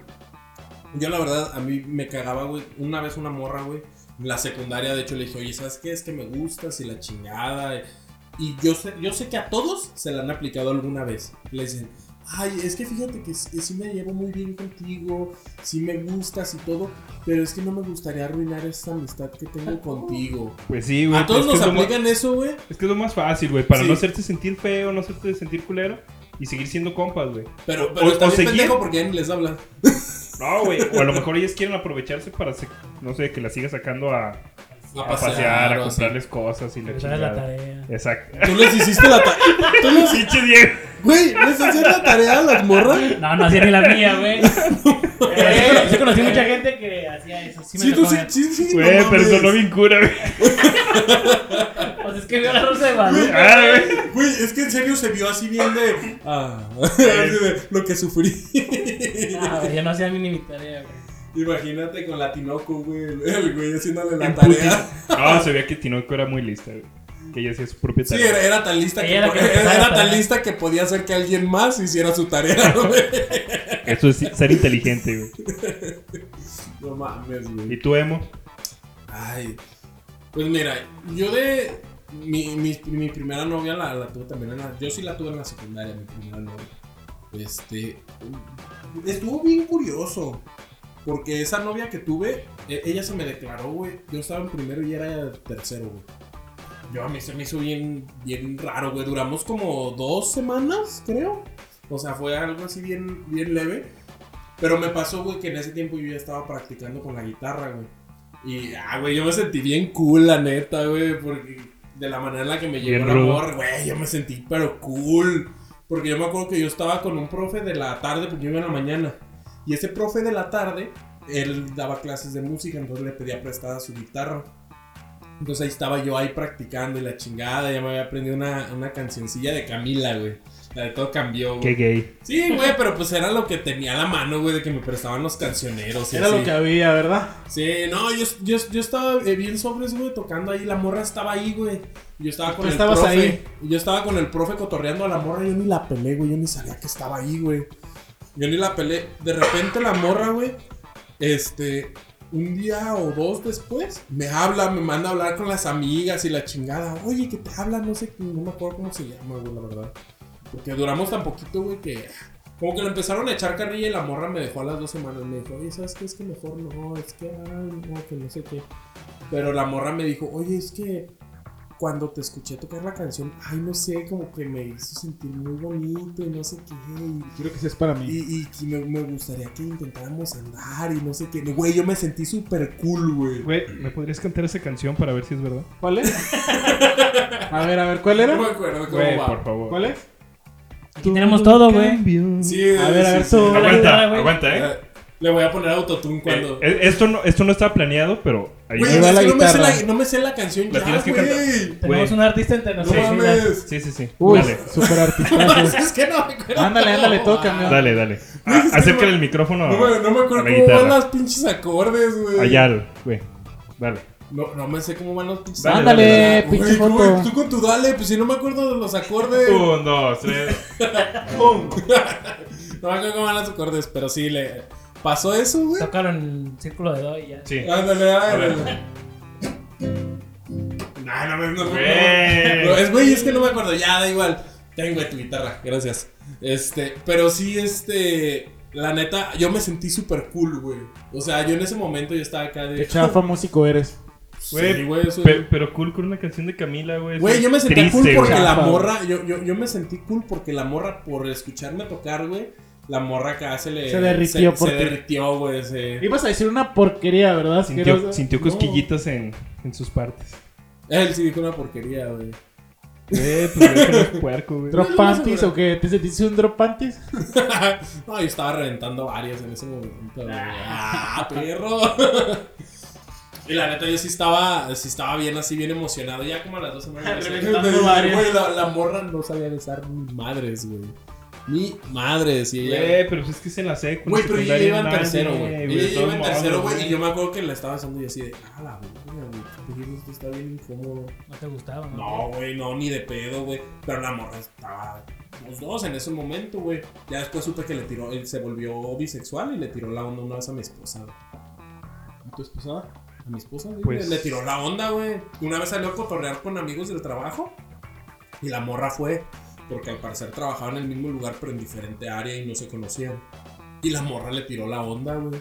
Yo la verdad, a mí me cagaba, güey. Una vez una morra, güey. en La secundaria, de hecho, le dije, oye, ¿sabes qué? Es que me gustas y la chingada. Y yo sé, yo sé que a todos se la han aplicado alguna vez. Le dicen, ay, es que fíjate que sí, sí me llevo muy bien contigo, sí me gustas y todo, pero es que no me gustaría arruinar esta amistad que tengo contigo. Pues sí, güey. A todos pues nos es que es lo más- aplican eso, güey. Es que es lo más fácil, güey. Para Sí. no hacerte sentir feo, no hacerte sentir culero y seguir siendo compas, güey. Pero, o- pero o está bien seguir. pendejo porque ya ni les habla. No, güey. O a lo mejor ellas quieren aprovecharse para, se- no sé, que la sigas sacando a, a A pasear, a o así. comprarles cosas y la Esa es la chingada. tarea. Exacto. Tú les hiciste la tarea. Tú les Pinche Diego. Güey, ¿les hacían la tarea a las morras? No, no hacía ni la mía, güey. Eh, Yo conocí mucha gente que hacía eso. Sí, me Sí, tú tocó sí, ver. sí, sí. Güey, no pero mames. sonó bien cura, güey. Pues es que vio la rosa de Guadalupe. Ah, güey. Güey, es que en serio se vio así bien de. Ah, así de lo que sufrí. Ah, güey, yo no hacía ni mi tarea, güey. Imagínate con la Tinoco, güey. El güey haciéndole la En tarea. No, se veía que Tinoco era muy lista, güey. Que ella hacía su propia Sí, tarea. era, era tan lista que, Ella era po- la que era, empezaba era la tan tarea. lista que podía hacer que alguien más hiciera su tarea, güey. Eso es ser inteligente, güey. No mames, güey. ¿Y tú, Emo? Ay, pues mira, yo de. Mi, mi, mi primera novia la, la tuve también en la. Yo sí la tuve en la secundaria, mi primera novia. Este. Estuvo bien curioso. Porque esa novia que tuve, e- ella se me declaró, güey. Yo estaba en primero y era tercero, güey. Yo a mí se me hizo bien, bien raro, güey. Duramos como dos semanas, creo. O sea, fue algo así bien, bien leve. Pero me pasó, güey, que en ese tiempo yo ya estaba practicando con la guitarra, güey. Y, ah, güey, yo me sentí bien cool, la neta, güey, porque de la manera en la que me Bien llegó el rudo. amor, güey, yo me sentí pero cool. Porque yo me acuerdo que yo estaba con un profe de la tarde, porque yo iba en la mañana. Y ese profe de la tarde, él daba clases de música, entonces le pedía prestada su guitarra. Entonces ahí estaba yo ahí practicando y la chingada, ya me había aprendido una, una cancioncilla de Camila, güey. La de todo cambió, güey. Qué gay. Sí, güey, pero pues era lo que tenía a la mano, güey, de que me prestaban los cancioneros. y Era así. lo que había, ¿verdad? Sí, no, yo, yo, yo estaba eh, bien sobres, güey, tocando ahí. La morra estaba ahí, güey. Yo estaba con Tú el estabas profe. ahí. Yo estaba con el profe cotorreando a la morra. Yo ni la pelé, güey. Yo ni sabía que estaba ahí, güey. Yo ni la pelé. De repente la morra, güey. Este. Un día o dos después, me habla, me manda a hablar con las amigas y la chingada. Oye, que te habla, no sé, no me acuerdo cómo se llama, güey, la verdad. Porque duramos tan poquito, güey, que como que le empezaron a echar carrilla y la morra me dejó a las dos semanas. Me dijo, oye, ¿sabes qué? Es que mejor no, es que, ay, no, que no sé qué. Pero la morra me dijo, oye, es que cuando te escuché tocar la canción, ay, no sé, como que me hizo sentir muy bonito y no sé qué. y- Quiero que seas para mí. Y, y- y me, me gustaría que intentáramos andar y no sé qué. Güey, yo me sentí súper cool, güey. Güey, ¿me podrías cantar esa canción para ver si es verdad? ¿Cuál es? A ver, a ver, ¿cuál No me era? acuerdo cómo Güey, va. por favor. ¿Cuál es? Aquí tenemos todo, güey. Sí, A ver, a ver, sí, tú. sí. Aguanta, Güey. aguanta, eh. Eh, Le voy a poner autotune cuando. Eh, eh, esto, no, esto no estaba planeado, pero ahí Güey, ahí va es la que no, me sé guitarra. la, no me sé la canción La ya, tienes que güey. Tenemos un artista entre No nosotros. mames. Sí, sí, sí. Uy, Dale, super artistazo. Es que no me acuerdo. Ándale, ándale, todo cambió. dale, dale. A- Güey, es que acércale no- el micrófono a, No, me- no me acuerdo a la cómo van guitarra. los pinches acordes, güey. Allá, güey. Dale. No, no me sé cómo van los pinches Dale, Ándale, dale, dale. pinche Güey, foto. güey, tú con tu dale, pues si no me acuerdo de los acordes. Un, dos, tres. ¡Pum! no me acuerdo cómo van los acordes, pero sí le. ¿Pasó eso, güey? Tocaron el círculo de dos y ya. Sí. Ándale, ándale. ver. No, no, no, no, no. Güey. No, es güey, es que no me acuerdo, ya da igual. Tengo tu guitarra, gracias. Este, pero sí, este. La neta, yo me sentí súper cool, güey. O sea, yo en ese momento yo estaba acá de. Qué chafa músico eres. Sí, güey, eso- Pe- pero cool con una canción de Camila, güey. Güey, Eso yo me es sentí cool triste, porque güey. la Chafa. morra. Yo, yo, yo me sentí cool porque la morra, por escucharme tocar, güey. La morra acá se le. Se derritió Se, por se ti. derritió, güey. se- Ibas a decir una porquería, ¿verdad? Sintió, Asquerosa. sintió No. cosquillitas en, en sus partes. Él sí dijo una porquería, güey. Eh, Güey, pues es que no es puerco, güey. ¿Drop No, no, panties no, o qué? ¿Te sentiste un drop panties? no, yo estaba reventando varias en ese momento, güey. ¡Ah, perro! y la neta, yo sí estaba, sí estaba bien así, bien emocionado. Ya como a las dos semanas. Reventando varias. Güey, la, la morra no sabía besar ni madres, güey. Ni madres. Y ella- Güey, pero pues es que es en la secu. Güey, pero ella secundaria iba en nadie, tercero, güey. de Ella todos iba en modos, tercero, güey. Y yo me acuerdo que la estaba haciendo y así de, ah, la verga, güey. Te esto está bien incómodo. No te gustaba, ¿no? No, güey, no, ni de pedo, güey. Pero la morra estaba. Los dos en ese momento, güey. Ya después supe que le tiró, él se volvió bisexual y le tiró la onda una vez a mi esposa. güey. ¿A tu esposa? A mi esposa, güey. Pues- Le tiró la onda, güey. Una vez salió a cotorrear con amigos del trabajo y la morra fue. Porque al parecer trabajaban en el mismo lugar, pero en diferente área y no se conocían. Y la morra le tiró la onda, güey.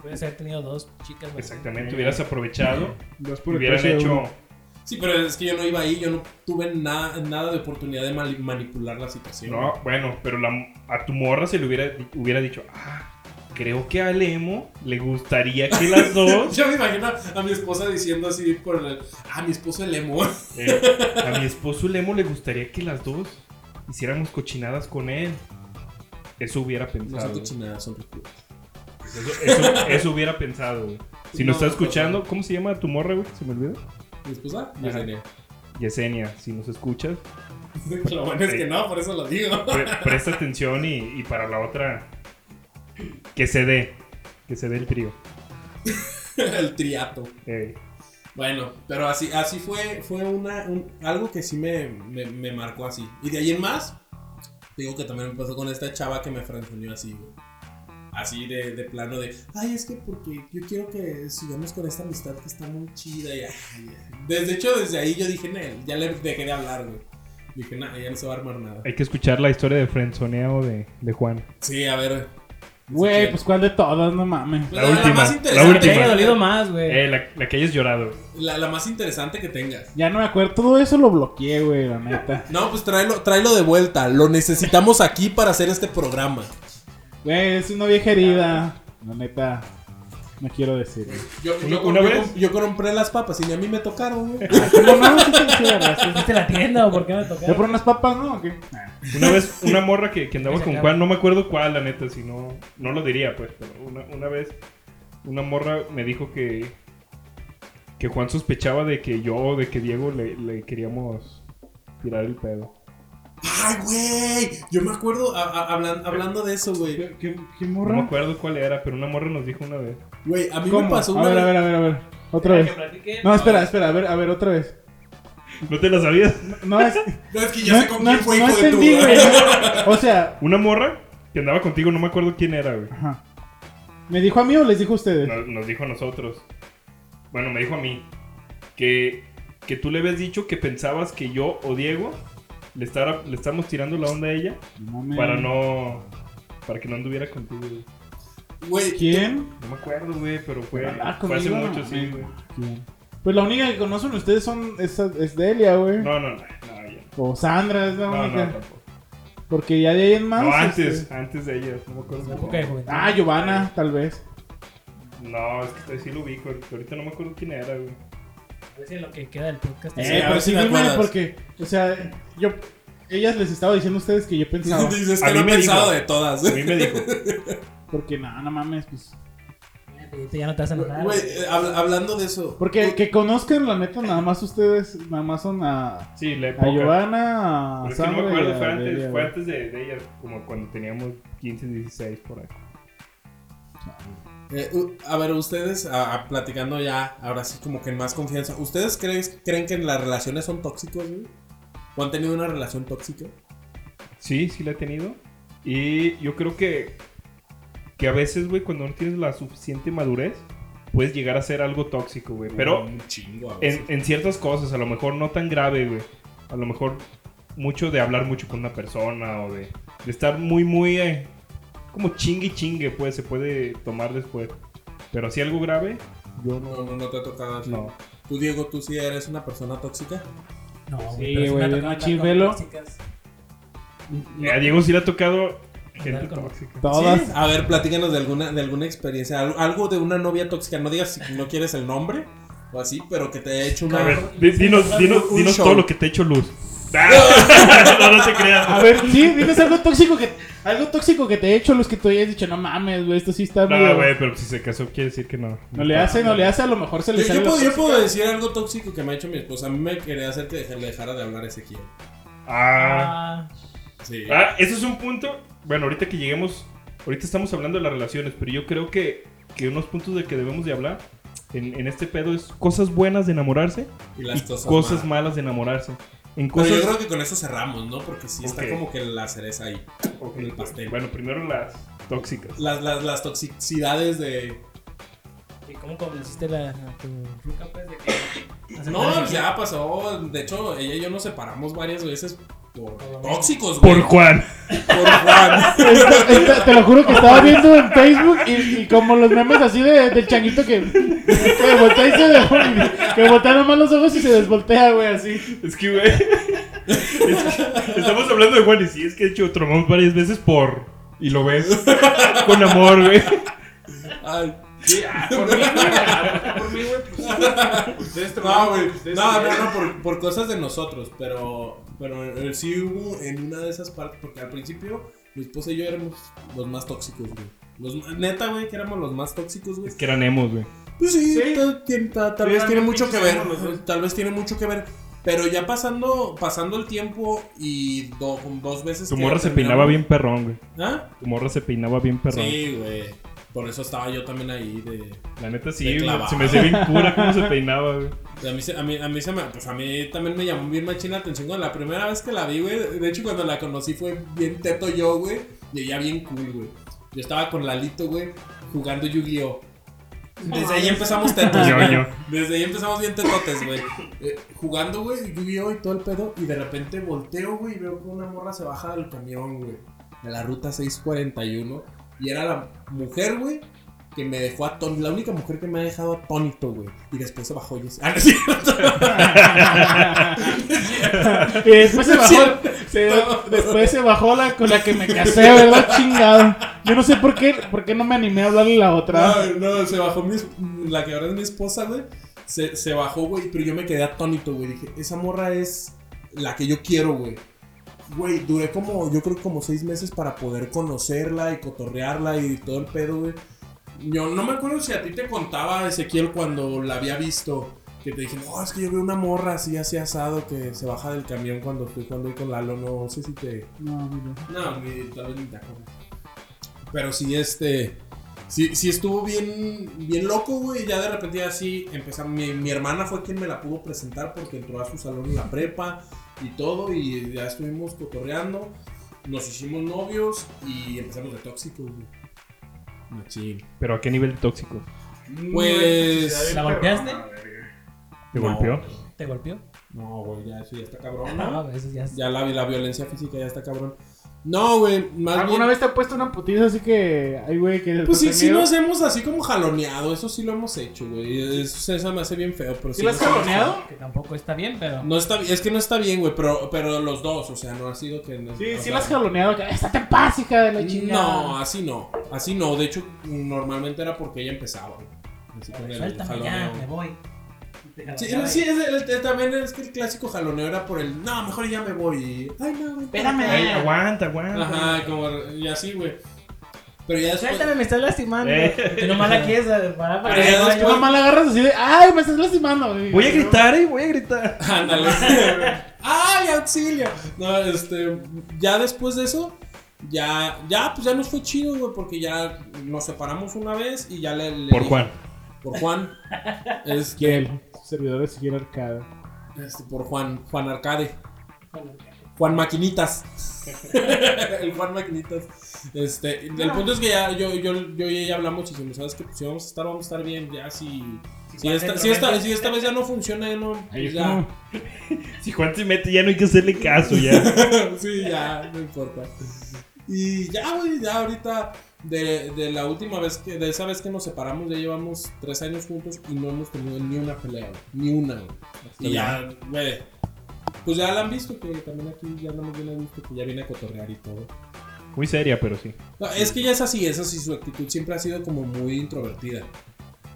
Puedes haber tenido dos chicas. güey. Exactamente, hubieras Eh, aprovechado. Dos por el Hubieran precio de hecho. uno. Sí, pero es que yo no iba ahí, yo no tuve nada, nada de oportunidad de mali- manipular la situación. No, bueno, pero la- a tu morra se le hubiera, hubiera dicho, ah, creo que a Lemo le gustaría que las dos, Yo me imagino a mi esposa diciendo así por el. Ah, mi esposo el emo. eh, a mi esposo Lemo le gustaría que las dos hiciéramos cochinadas con él. Eso hubiera No pensado. son güey. cochinadas, son ricos. Eso, eso- eso hubiera pensado, güey. Si No, nos está no, escuchando, ¿cómo se llama tu morra, güey? ¿Se me olvidó? Mi esposa, mi Ajá. Yesenia. Yesenia, si nos escuchas, Lo bueno es que no, por eso lo digo. pre- presta atención y, y para la otra, que se dé, que se dé el trío. el triato. Eh, Bueno, pero así, así fue, fue una, un- algo que sí me, me, me marcó así. Y de ahí en más, digo que también me pasó con esta chava que me franconeó así, güey. Así de, de plano de, ay, es que porque yo quiero que sigamos con esta amistad que está muy chida. Y, ay, desde hecho, desde ahí yo dije, "Nel", ya le dejé de hablar, güey. Dije, nah, ya no se va a armar nada. hay que escuchar la historia de frenzoneo de, de Juan. Sí, a ver. Güey, pues cuál de todas, no mames. Pues, la última, más la interesante Te última. que haya Última. dolido tengas. más, güey. Eh, la, la que hayas llorado. La, la más interesante que tengas. Ya no me acuerdo, todo eso lo bloqueé, güey, la neta. No, pues tráelo, tráelo de vuelta. Lo necesitamos aquí para hacer este programa. Güey, es una vieja herida. La neta, no quiero decir. güey. Yo, Una- yo- una yo- vez. yo compré las papas y ni a mí me tocaron, güey. ¿Cómo no? Ah, Sí, sí, sí, la verdad, sí. ¿Fuiste a la tienda o por qué me ¿Ya por tocaron? unas papas, no? ¿O qué? Ah. Una vez, una morra que, que andaba Se con acaba. Juan, no me acuerdo cuál, la neta, si no, no lo diría, pues, pero una, una vez, una morra me dijo que, que Juan sospechaba de que yo, de que Diego le, le queríamos tirar el pedo. Ay, güey. Yo me acuerdo a- a- hablan- hablando de eso, güey. ¿Qué, qué, qué No me morra? acuerdo cuál era, pero una morra nos dijo una vez. Güey, a mí me ¿Cómo? pasó una A ver, a vez- ver, a ver, a ver. Otra vez. No, espera, espera, a ver, a ver, otra vez. ¿No te la sabías? No, es, No, es que ya no, sé con no, quién fue, no hijo de tu entendí, güey. O sea, Una morra que andaba contigo, no me acuerdo quién era, güey. ajá. ¿Me dijo a mí o les dijo a ustedes? Nos, nos dijo a nosotros. Bueno, me dijo a mí. Que, que tú le habías dicho que pensabas que yo o Diego le, estara- le estamos tirando la onda a ella No mames. para no. Para que no anduviera contigo, güey. Güey, ¿Quién? No me acuerdo, güey, pero fue, Ah, fue hace conmigo, mucho, no, sí, no. güey. ¿Quién? Pues la única que conocen ustedes son esa, es Delia, güey. No, no, no, no, ya. O Sandra es la No, no, única. tampoco. Porque ya de ahí en más. No, este, antes, antes de ella, no me acuerdo. En la época de juventud. Ah, Giovanna, tal vez. No, es que sí lo ubico, ahorita no me acuerdo quién era, güey. A ver si en lo que queda del podcast. Eh, Sí, a pero ver si sí, me dime, acuerdas. porque, o sea, yo. Ellas les estaba diciendo a ustedes que yo pensaba. dices A que mí no he me pensado dijo. de todas. A mí me dijo, Porque nada, no mames, pues. Pedrito, ya no te vas a enojar. Güey, eh, hab- hablando de eso. Porque que conozcan la neta, nada más ustedes, nada más son a, Sí, la a época. Giovanna, a Pero es que no Sandra. me y acuerdo, Ah, a fue antes, Delia, fue güey. antes de, de ella, como cuando teníamos 15, 16 por ahí. Eh, u- a ver, ustedes, a- a- platicando ya, ahora sí como que en más confianza, ¿ustedes creen, creen que las relaciones son tóxicas, güey? ¿O han tenido una relación tóxica? Sí, sí la he tenido. Y yo creo que, que a veces, güey, cuando no tienes la suficiente madurez, puedes llegar a ser algo tóxico, güey. Pero Un chingo, a veces. en, en ciertas cosas, a lo mejor no tan grave, güey. A lo mejor mucho de hablar mucho con una persona o de, de estar muy, muy... eh, como chingue, chingue, pues, se puede tomar después. Pero así algo grave, yo no... No, no, no te ha tocado así. No. Tú, Diego, tú sí eres una persona tóxica. No, Sí, pero güey, me ha no tocado andar chin, con velo. tóxicas. A Diego sí le ha tocado gente Andar con- tóxica. Todas. ¿Sí? A ver, platícanos de alguna, de alguna experiencia, al- algo de una novia tóxica. No digas si no quieres el nombre o así, pero que te haya hecho una... A ver, di- dinos, dinos, Un dinos show. todo lo que te ha hecho luz. no, no te A creas. ver, sí, diles algo tóxico que algo tóxico que te he hecho, los que tú hayas dicho, no mames, güey, esto sí está No, medio- güey, pero si se casó quiere decir que no. No le hace, no le hace, a lo mejor se Yo, le yo sale. puedo, la- yo puedo decir algo tóxico que me ha hecho mi esposa. A mí me quería hacer que deje- le dejara de hablar a Ezequiel. Ah, Ah, Sí. ah, eso es un punto. Bueno, ahorita que lleguemos, ahorita estamos hablando de las relaciones, pero yo creo que, que unos puntos de que debemos de hablar en, en este pedo es cosas buenas de enamorarse Y y las cosas, cosas, malas. malas de enamorarse. En Pero cosas... yo creo que con eso cerramos, ¿no? Porque sí está Ok. como que la cereza ahí. Ok, el pastel. Bueno, primero las tóxicas. Las, las, las toxicidades de. ¿y cómo convenciste la, a tu ruca, pues, de que- No, ya pasó. De hecho, ella y yo nos separamos varias veces por tóxicos, güey. Por Juan. Por Juan. Esta- esta- te lo juro que estaba viendo en Facebook y, y como los memes así de, del changuito que, que voltea y se de- que voltea nomás los ojos y se desvoltea, güey, así. Es que, güey. es que estamos hablando de Juan y sí, es que de hecho tromamos varias veces por. Y lo ves. Con amor, güey. Ay, Ah, Por mí, güey. Ah, Por mí, güey. Pues, ustedes No, tronaron, güey. ustedes No, no, tronaron. no, por, por cosas de nosotros. Pero, pero eh, sí hubo en una de esas partes. Porque al principio mi esposa y yo éramos los más tóxicos, güey. Los, neta, güey, que éramos los más tóxicos, güey. Es que eran emos, güey. Pues sí, Sí. tal, tiene- ta- tal Sí, vez eran tiene muy mucho que pinches ¿eh? ver. monos los dos. Tal vez tiene mucho que ver. Pero ya pasando, pasando el tiempo y do- dos veces. Tu que morra se terminamos- peinaba bien perrón, güey. ¿Ah? Tu morra se peinaba bien perrón. Sí, güey. Por eso estaba yo también ahí. De, La neta De sí, güey. clavado. Se me hacía bien cura cómo se peinaba, güey. de a, mí, se- a, mí, a mí se me. Pues a mí también me llamó bien machina atención. güey. La primera vez que la vi, güey. De hecho, cuando la conocí fue bien teto yo, güey. Y ella bien cool, güey. Yo estaba con Lalito, güey, jugando Yu-Gi-Oh! Desde ahí empezamos tetos, Yo, güey. yo. Desde ahí empezamos bien tetotes, güey. Eh, jugando, güey, Yu-Gi-Oh! y todo el pedo. Y de repente volteo, güey, y veo que una morra se baja del camión, güey. De la ruta 641. Y era la mujer, güey, que me dejó atónito. La única mujer que me ha dejado atónito, güey. Y después se bajó. Y yo, ah, no es cierto. Y después se bajó, se- después se bajó la con la que me casé, ¿verdad? Chingado. Yo no sé por qué, por qué no me animé a hablarle la otra. No, no, se bajó mi, es- mm, la que ahora es mi esposa, güey. Se, se bajó, güey, pero yo me quedé atónito, güey. Dije, esa morra es la que yo quiero, güey. Güey, duré como, yo creo que como seis meses para poder conocerla y cotorrearla y todo el pedo, güey. Yo no me acuerdo si a ti te contaba Ezequiel cuando la había visto. Que te dije, no, es que yo vi una morra así, así asado, que se baja del camión cuando estoy cuando voy con Lalo. No sé si te. No, mira. No, ni- tal vez ni te acuerdas. Pero sí, este. Sí, sí estuvo bien, bien loco, güey. Ya de repente ya sí empezaron. Mi, mi hermana fue quien me la pudo presentar porque entró a su salón en la prepa y todo. Y ya estuvimos cotorreando. Nos hicimos novios y empezamos de tóxicos, güey. Machín. Pero a qué nivel de tóxico. Pues. ¿La golpeaste? ¿Te No. golpeó? ¿Te golpeó? No, güey, ya eso ya está cabrón. ¿no? No, eso ya es. Ya la, la violencia física ya está cabrón. No, güey, más bien. ¿Alguna vez te han puesto una putiza así que ay güey que Pues sí, te sí miedo? nos hemos así como jaloneado, eso sí lo hemos hecho, güey. Eso, se- eso me hace bien feo, pero sí. ¿Sí lo has nos hemos- jaloneado? Que tampoco está bien, pero. No está, es que no está bien, güey, pero, pero los dos, o sea, no ha sido que... no- Sí, o sí sea, las jaloneado. que, Estate en paz, hija de la chingada. No, así no, así no. De hecho, normalmente era porque ella empezaba, güey. Así con el Suéltame ya, jaloneo. me voy. Sí, sí, es el- el- también es que el clásico jaloneo era por el, no, mejor ya me voy. y, Ay, no, güey, Espérame. Ay, aguanta, aguanta. Ajá, como, y así, güey. Pero ya después. Suéltame, me estás lastimando. Eh. Y nomás la quieres eh, parar para Pero que ya no después- vaya- Nomás la agarras así de, ay, me estás lastimando. güey. Voy a gritar, eh, voy a gritar. Ándale. ¡Ay, auxilio! No, este. Ya después de eso. Ya, ya, pues ya nos fue chido, güey, porque ya nos separamos una vez y ya le. le Por dije- Juan. Por Juan. Es que. Miguel, servidores siguen arcada. Este, por Juan, Juan Arcade. Juan Maquinitas. el Juan Maquinitas. Este, el punto es que ya yo, yo, yo y ella hablamos y dijimos, sabes que si vamos a estar, vamos a estar bien, ya si. Si Juan esta, se si, esta, entromete. si esta vez ya no funciona, ya no. Ahí pues es ya. como- Si Juan se mete, ya no hay que hacerle caso, ya. sí, ya, no importa. Y ya, güey, ya ahorita. De, de la última vez que, de esa vez que nos separamos, ya llevamos tres años juntos y no hemos tenido ni una pelea, güey, ni una, güey. Y ya, güey. Pues ya la han visto, que también aquí ya andamos bien a gusto, que ya viene a cotorrear y todo. Muy seria, pero sí. No, es que ya es así, es así, su actitud siempre ha sido como muy introvertida.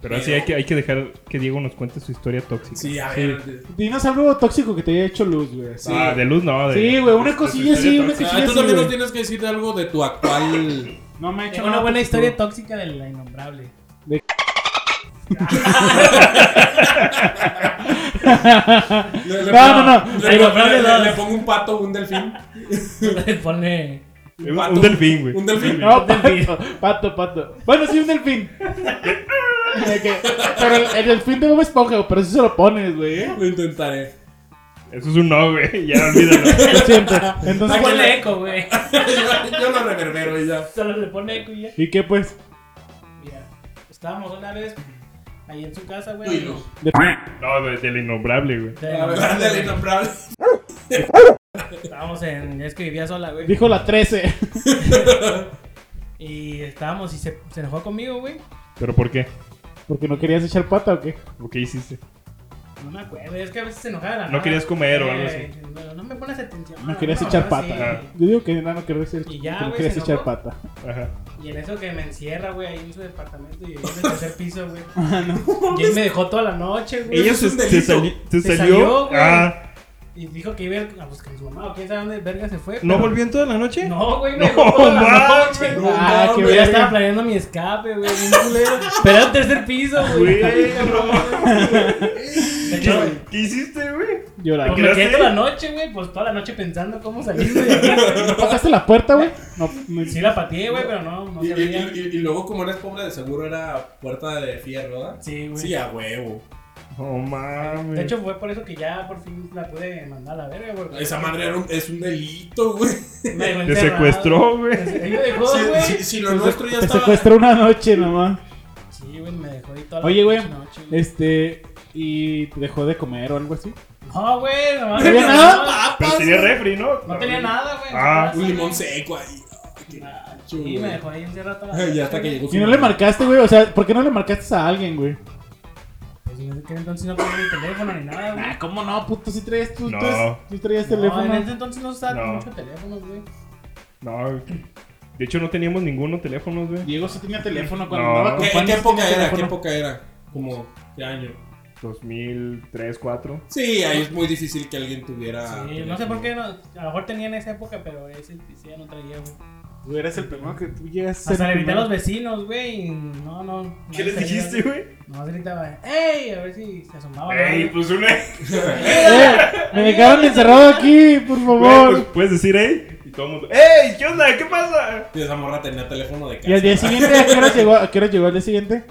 Pero así hay que, hay que dejar que Diego nos cuente su historia tóxica. Sí, a ver. Dinos algo tóxico que te haya hecho luz, güey. así. Ah, de luz no, de- Sí, güey, una de su cosilla historia así, una tóxica. Ah, Sí, tú sí, también güey. nos tienes que decir algo de tu actual. No me ha hecho Tengo una nada buena tóxico. historia tóxica de la innombrable. Le- le No, pongo- no, no. Le, Ahí va, le- dale, le- dale. le pongo un pato, un delfín. Pone. Un, un delfín, güey. Un delfín. No, pato, pato, pato. Bueno, sí, un delfín. De que- pero el, el delfín de Bob Esponja, güey, pero sí se lo pones, güey. ¿eh? Lo intentaré. Eso es un no, güey. Ya olvídalo. Lo siento. Entonces, No pone eco, güey. yo, yo lo reverbero y ya. Solo le pone eco y ya. ¿Y qué, pues? Mira, estábamos una vez ahí en su casa, güey. Tú No, de, de la innombrable, güey. De- La verdad, del innombrable. Estábamos en. Es que vivía sola, güey. Dijo la 13. Y estábamos y se, se enojó conmigo, güey. ¿Pero por qué? Porque no querías echar pata o qué. ¿Por qué hiciste? No me acuerdo, es que a veces se enojaba. de la No nada. querías comer o algo Eh, No, no me pones atención. No querías Ah, no, echar no, pata. sí. Yo digo que no, no querías, Y ya, que no güey, querías se echar enojó. pata. Ajá. Y en eso que me encierra, güey, ahí en su departamento y yo en el tercer piso, güey. Y él me dejó toda la noche, güey. Ella Ah, se, un se delito. sali- se Se salió. salió, güey. ah, Y dijo que iba a ir a buscar a su mamá o quién sabe dónde verga se fue. ¿No pero- volvió en toda la noche? No, güey, No, me dejó toda la mames. noche. No, Ah, no, qué Yo güey. ya verga. estaba planeando mi escape, güey, bien culero. Pero era el tercer piso, güey. Güey, De hecho, ¿Qué, qué hiciste, güey? Llorar. pues, me quedé toda la noche, güey, pues toda la noche pensando cómo salir de aquí. ¿No pataste la puerta, güey? No, no- Sí la pateé, güey, pero no, no Y, se y- veía. y- y- y luego, como eres pobre, de seguro era puerta de fierro, ¿verdad? Sí, güey. Sí, a huevo. No mames. De hecho, fue por eso que ya por fin la pude mandar a la verga, güey. Esa madre era un- es un delito, güey. Me dejó te encerrado. secuestró, güey. Ahí me dejó, Si- güey. si, si lo nuestro ya Te estaba. secuestró una noche nomás. Sí, güey, me dejó ahí toda la Oye, güey, pinche noche, güey. Este. ¿Y te dejó de comer o algo así? No, güey, nomás ¿No había me nada? dejó- Pero tenía refri, ¿no? No tenía nada, güey. en su Ah, casa, Un limón güey. Ah, seco ahí. Ay, qué gacho, Sí, me güey. dejó ahí encerrado toda la Ay, noche, Ya hasta que güey. llegó su Y no le mamá. marcaste, güey. O sea, ¿por qué no le marcaste a alguien, güey? Pues en aquel entonces no tenía ni teléfono ni nada, güey. Ah, ¿cómo no, puto? Si traías tú. No. tú eres- tú traías No, teléfono. en ese entonces no usaba No. mucho teléfono, güey. No, güey. de hecho no teníamos ninguno teléfonos, güey. Diego sí tenía teléfono cuando No. andaba con ¿Qué, Juan, qué sí época tenía era? ¿Qué teléfono. época era? Como, ¿qué año? 2003, 4. Sí, ahí es muy difícil que alguien tuviera. Ah, sí, no sé por qué, no, a lo mejor tenía en esa época, pero ese sí ya no traía, güey. Tú eras el primero que tú llegas Hasta le grité a los vecinos, güey. y No, no. no ¿Qué les traía, dijiste, güey? Nomás gritaba, ¡ey! A ver si se asomaba. Ey, ¿no? pues una. Eh, Me dejaron encerrado aquí, por Güey, favor. pues, puedes decir, ey. Y todo el mundo, ey, ¿qué onda? ¿Qué pasa? Y esa morra tenía teléfono de casa. ¿Y al día siguiente? ¿A qué hora llegó, a qué hora llegó al día siguiente?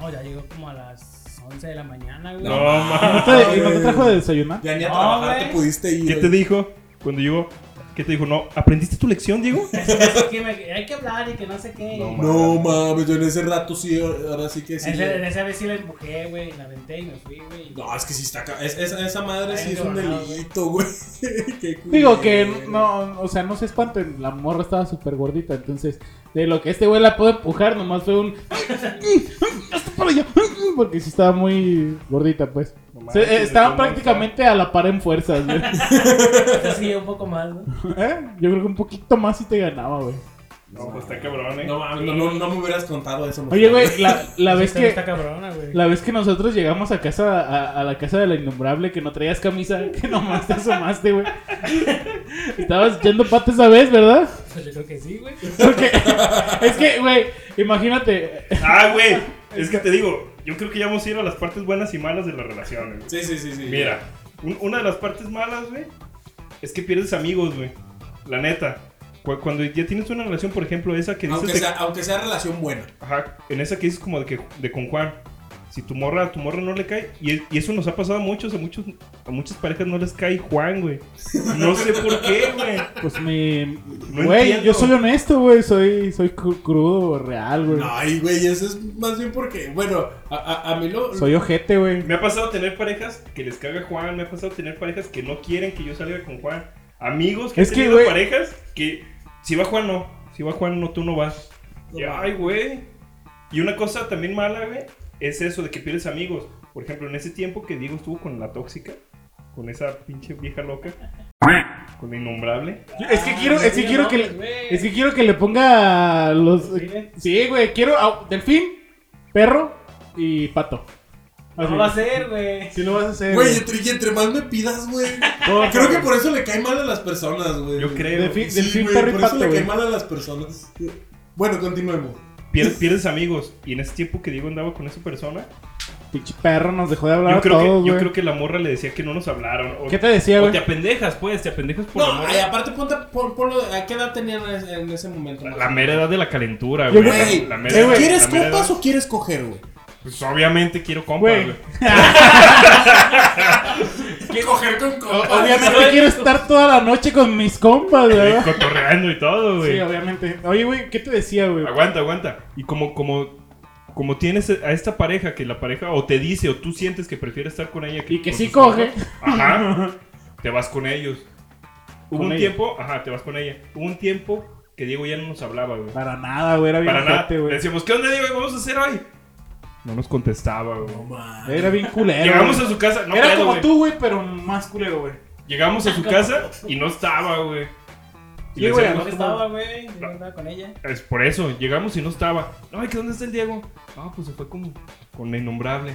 No, ya llegó como a las 11 de la mañana, güey. No, mames. ¿No te, ¿no te trajo de desayunar? Ya ni a No, trabajar güey. te pudiste ir. ¿Qué te dijo cuando llegó? ¿Qué te dijo? No, ¿aprendiste tu lección, Diego? Es que me- hay que hablar y que no sé qué. No, No mames, yo en ese rato sí, ahora sí que sí. Ese- en esa vez sí la empujé, güey. La aventé y me fui, güey. No, es que sí está acá. Es, esa- esa madre Está sí es bien un coronado, delito, güey. Qué Digo que culero. no, o sea, no se espanten, la morra estaba súper gordita, entonces de lo que este güey la pudo empujar, nomás fue un hasta para allá, porque sí estaba muy gordita, pues. No Se- manches, eh, estaban ¿cómo prácticamente a la par en fuerzas, güey. Entonces sí, un poco más, ¿no? ¿Eh? Yo creo que un poquito más sí te ganaba, güey. No, pues está cabrón, eh. No mames, no, no, no me hubieras contado eso. Pues Oye, güey, la, la vez Esta que. Está cabrona, güey. La vez que nosotros llegamos a casa, a, a la casa de la innombrable, que no traías camisa, que nomás te asomaste, güey. Estabas echando pata esa vez, ¿verdad? Pues yo creo que sí, güey. Porque, es que, güey, imagínate. Ah, güey. Es que te digo, yo creo que ya vamos a ir a las partes buenas y malas de las relaciones. güey. Sí, sí, sí, sí. Mira, un- una de las partes malas, güey, es que pierdes amigos, güey. La neta. Cu- Cuando ya tienes una relación, por ejemplo, esa que dices Aunque de- sea, aunque sea relación buena. Ajá, en esa que dices como de que de con Juan. Si tu morra, a tu morra no le cae. Y, e- y eso nos ha pasado a muchos, a muchos, a muchas parejas no les cae Juan, güey. No sé por qué, güey. Pues me. No Güey, entiendo. yo soy honesto, güey. Soy, soy cru- crudo, real, güey. Ay, güey, eso es más bien porque, bueno, a, a, a mí lo... Soy ojete, güey. Me ha pasado tener parejas que les caga Juan, me ha pasado tener parejas que no quieren que yo salga con Juan. Amigos que Es han que, tenido güey- parejas que si va Juan no, si va Juan no, tú no vas. Y, ay, güey. Y una cosa también mala, güey, es eso de que pierdes amigos. Por ejemplo, en ese tiempo que Diego estuvo con la tóxica, con esa pinche vieja loca, con la innombrable. Es que quiero, es que Sí, quiero no, que le, güey. es que quiero que le ponga los. Mire. Sí, güey, quiero. a- delfín, perro y pato. Así. No va a ser, güey. Sí lo vas a hacer. Güey, güey. entre, y entre más me pidas, güey. Por Creo que favor. por eso le cae mal a las personas, güey. Yo creo. Delfín, Sí, delfín, güey, perro y por pato, eso le cae güey. mal a las personas. Bueno, continuemos. Pierdes, pierdes amigos. Y en ese tiempo que Diego andaba con esa persona, Pinche perro, nos dejó de hablar yo, a creo todos, que, yo güey. creo que la morra le decía que no nos hablaron. O, ¿Qué te decía, o güey? te apendejas, pues, te apendejas por la No, morra. ay, aparte, ponte, pon, ponlo, ¿a qué edad tenían en ese- en ese momento? La mera edad de la calentura, Yo- güey. La- Güey, la mera eh, edad- güey. ¿quieres la mera edad. copas o quieres coger, güey? Pues obviamente quiero compas, Güey. güey. Coger con copas. Obviamente quiero estar toda la noche con mis compas, Ahí ¿verdad? Cotorreando y todo, güey. Sí, obviamente. Oye, güey, ¿qué te decía, güey? aguanta, aguanta. Y como, como, como tienes a esta pareja que la pareja o te dice o tú sientes que prefieres estar con ella Y que con sí tus coge. compas, Ajá. Te vas con ellos. Hubo Con un ella. tiempo, ajá, te vas con ella. Hubo un tiempo que Diego ya no nos hablaba, güey. Para nada, güey, era bien Para nada. ojete, Le güey. decíamos, ¿qué onda, Diego? ¿Qué vamos a hacer hoy? No nos contestaba, güey. Era bien culero. Llegamos güey. a su casa, no Era pedo, como güey. tú, güey, pero más culero, güey. Llegamos a su casa y no estaba, güey. Y Sí, le güey, decíamos, No estaba, güey. Yo andaba con ella. Es por eso, llegamos y no estaba. Ay, ¿qué dónde está el Diego? Ah, pues se fue con, con la innombrable.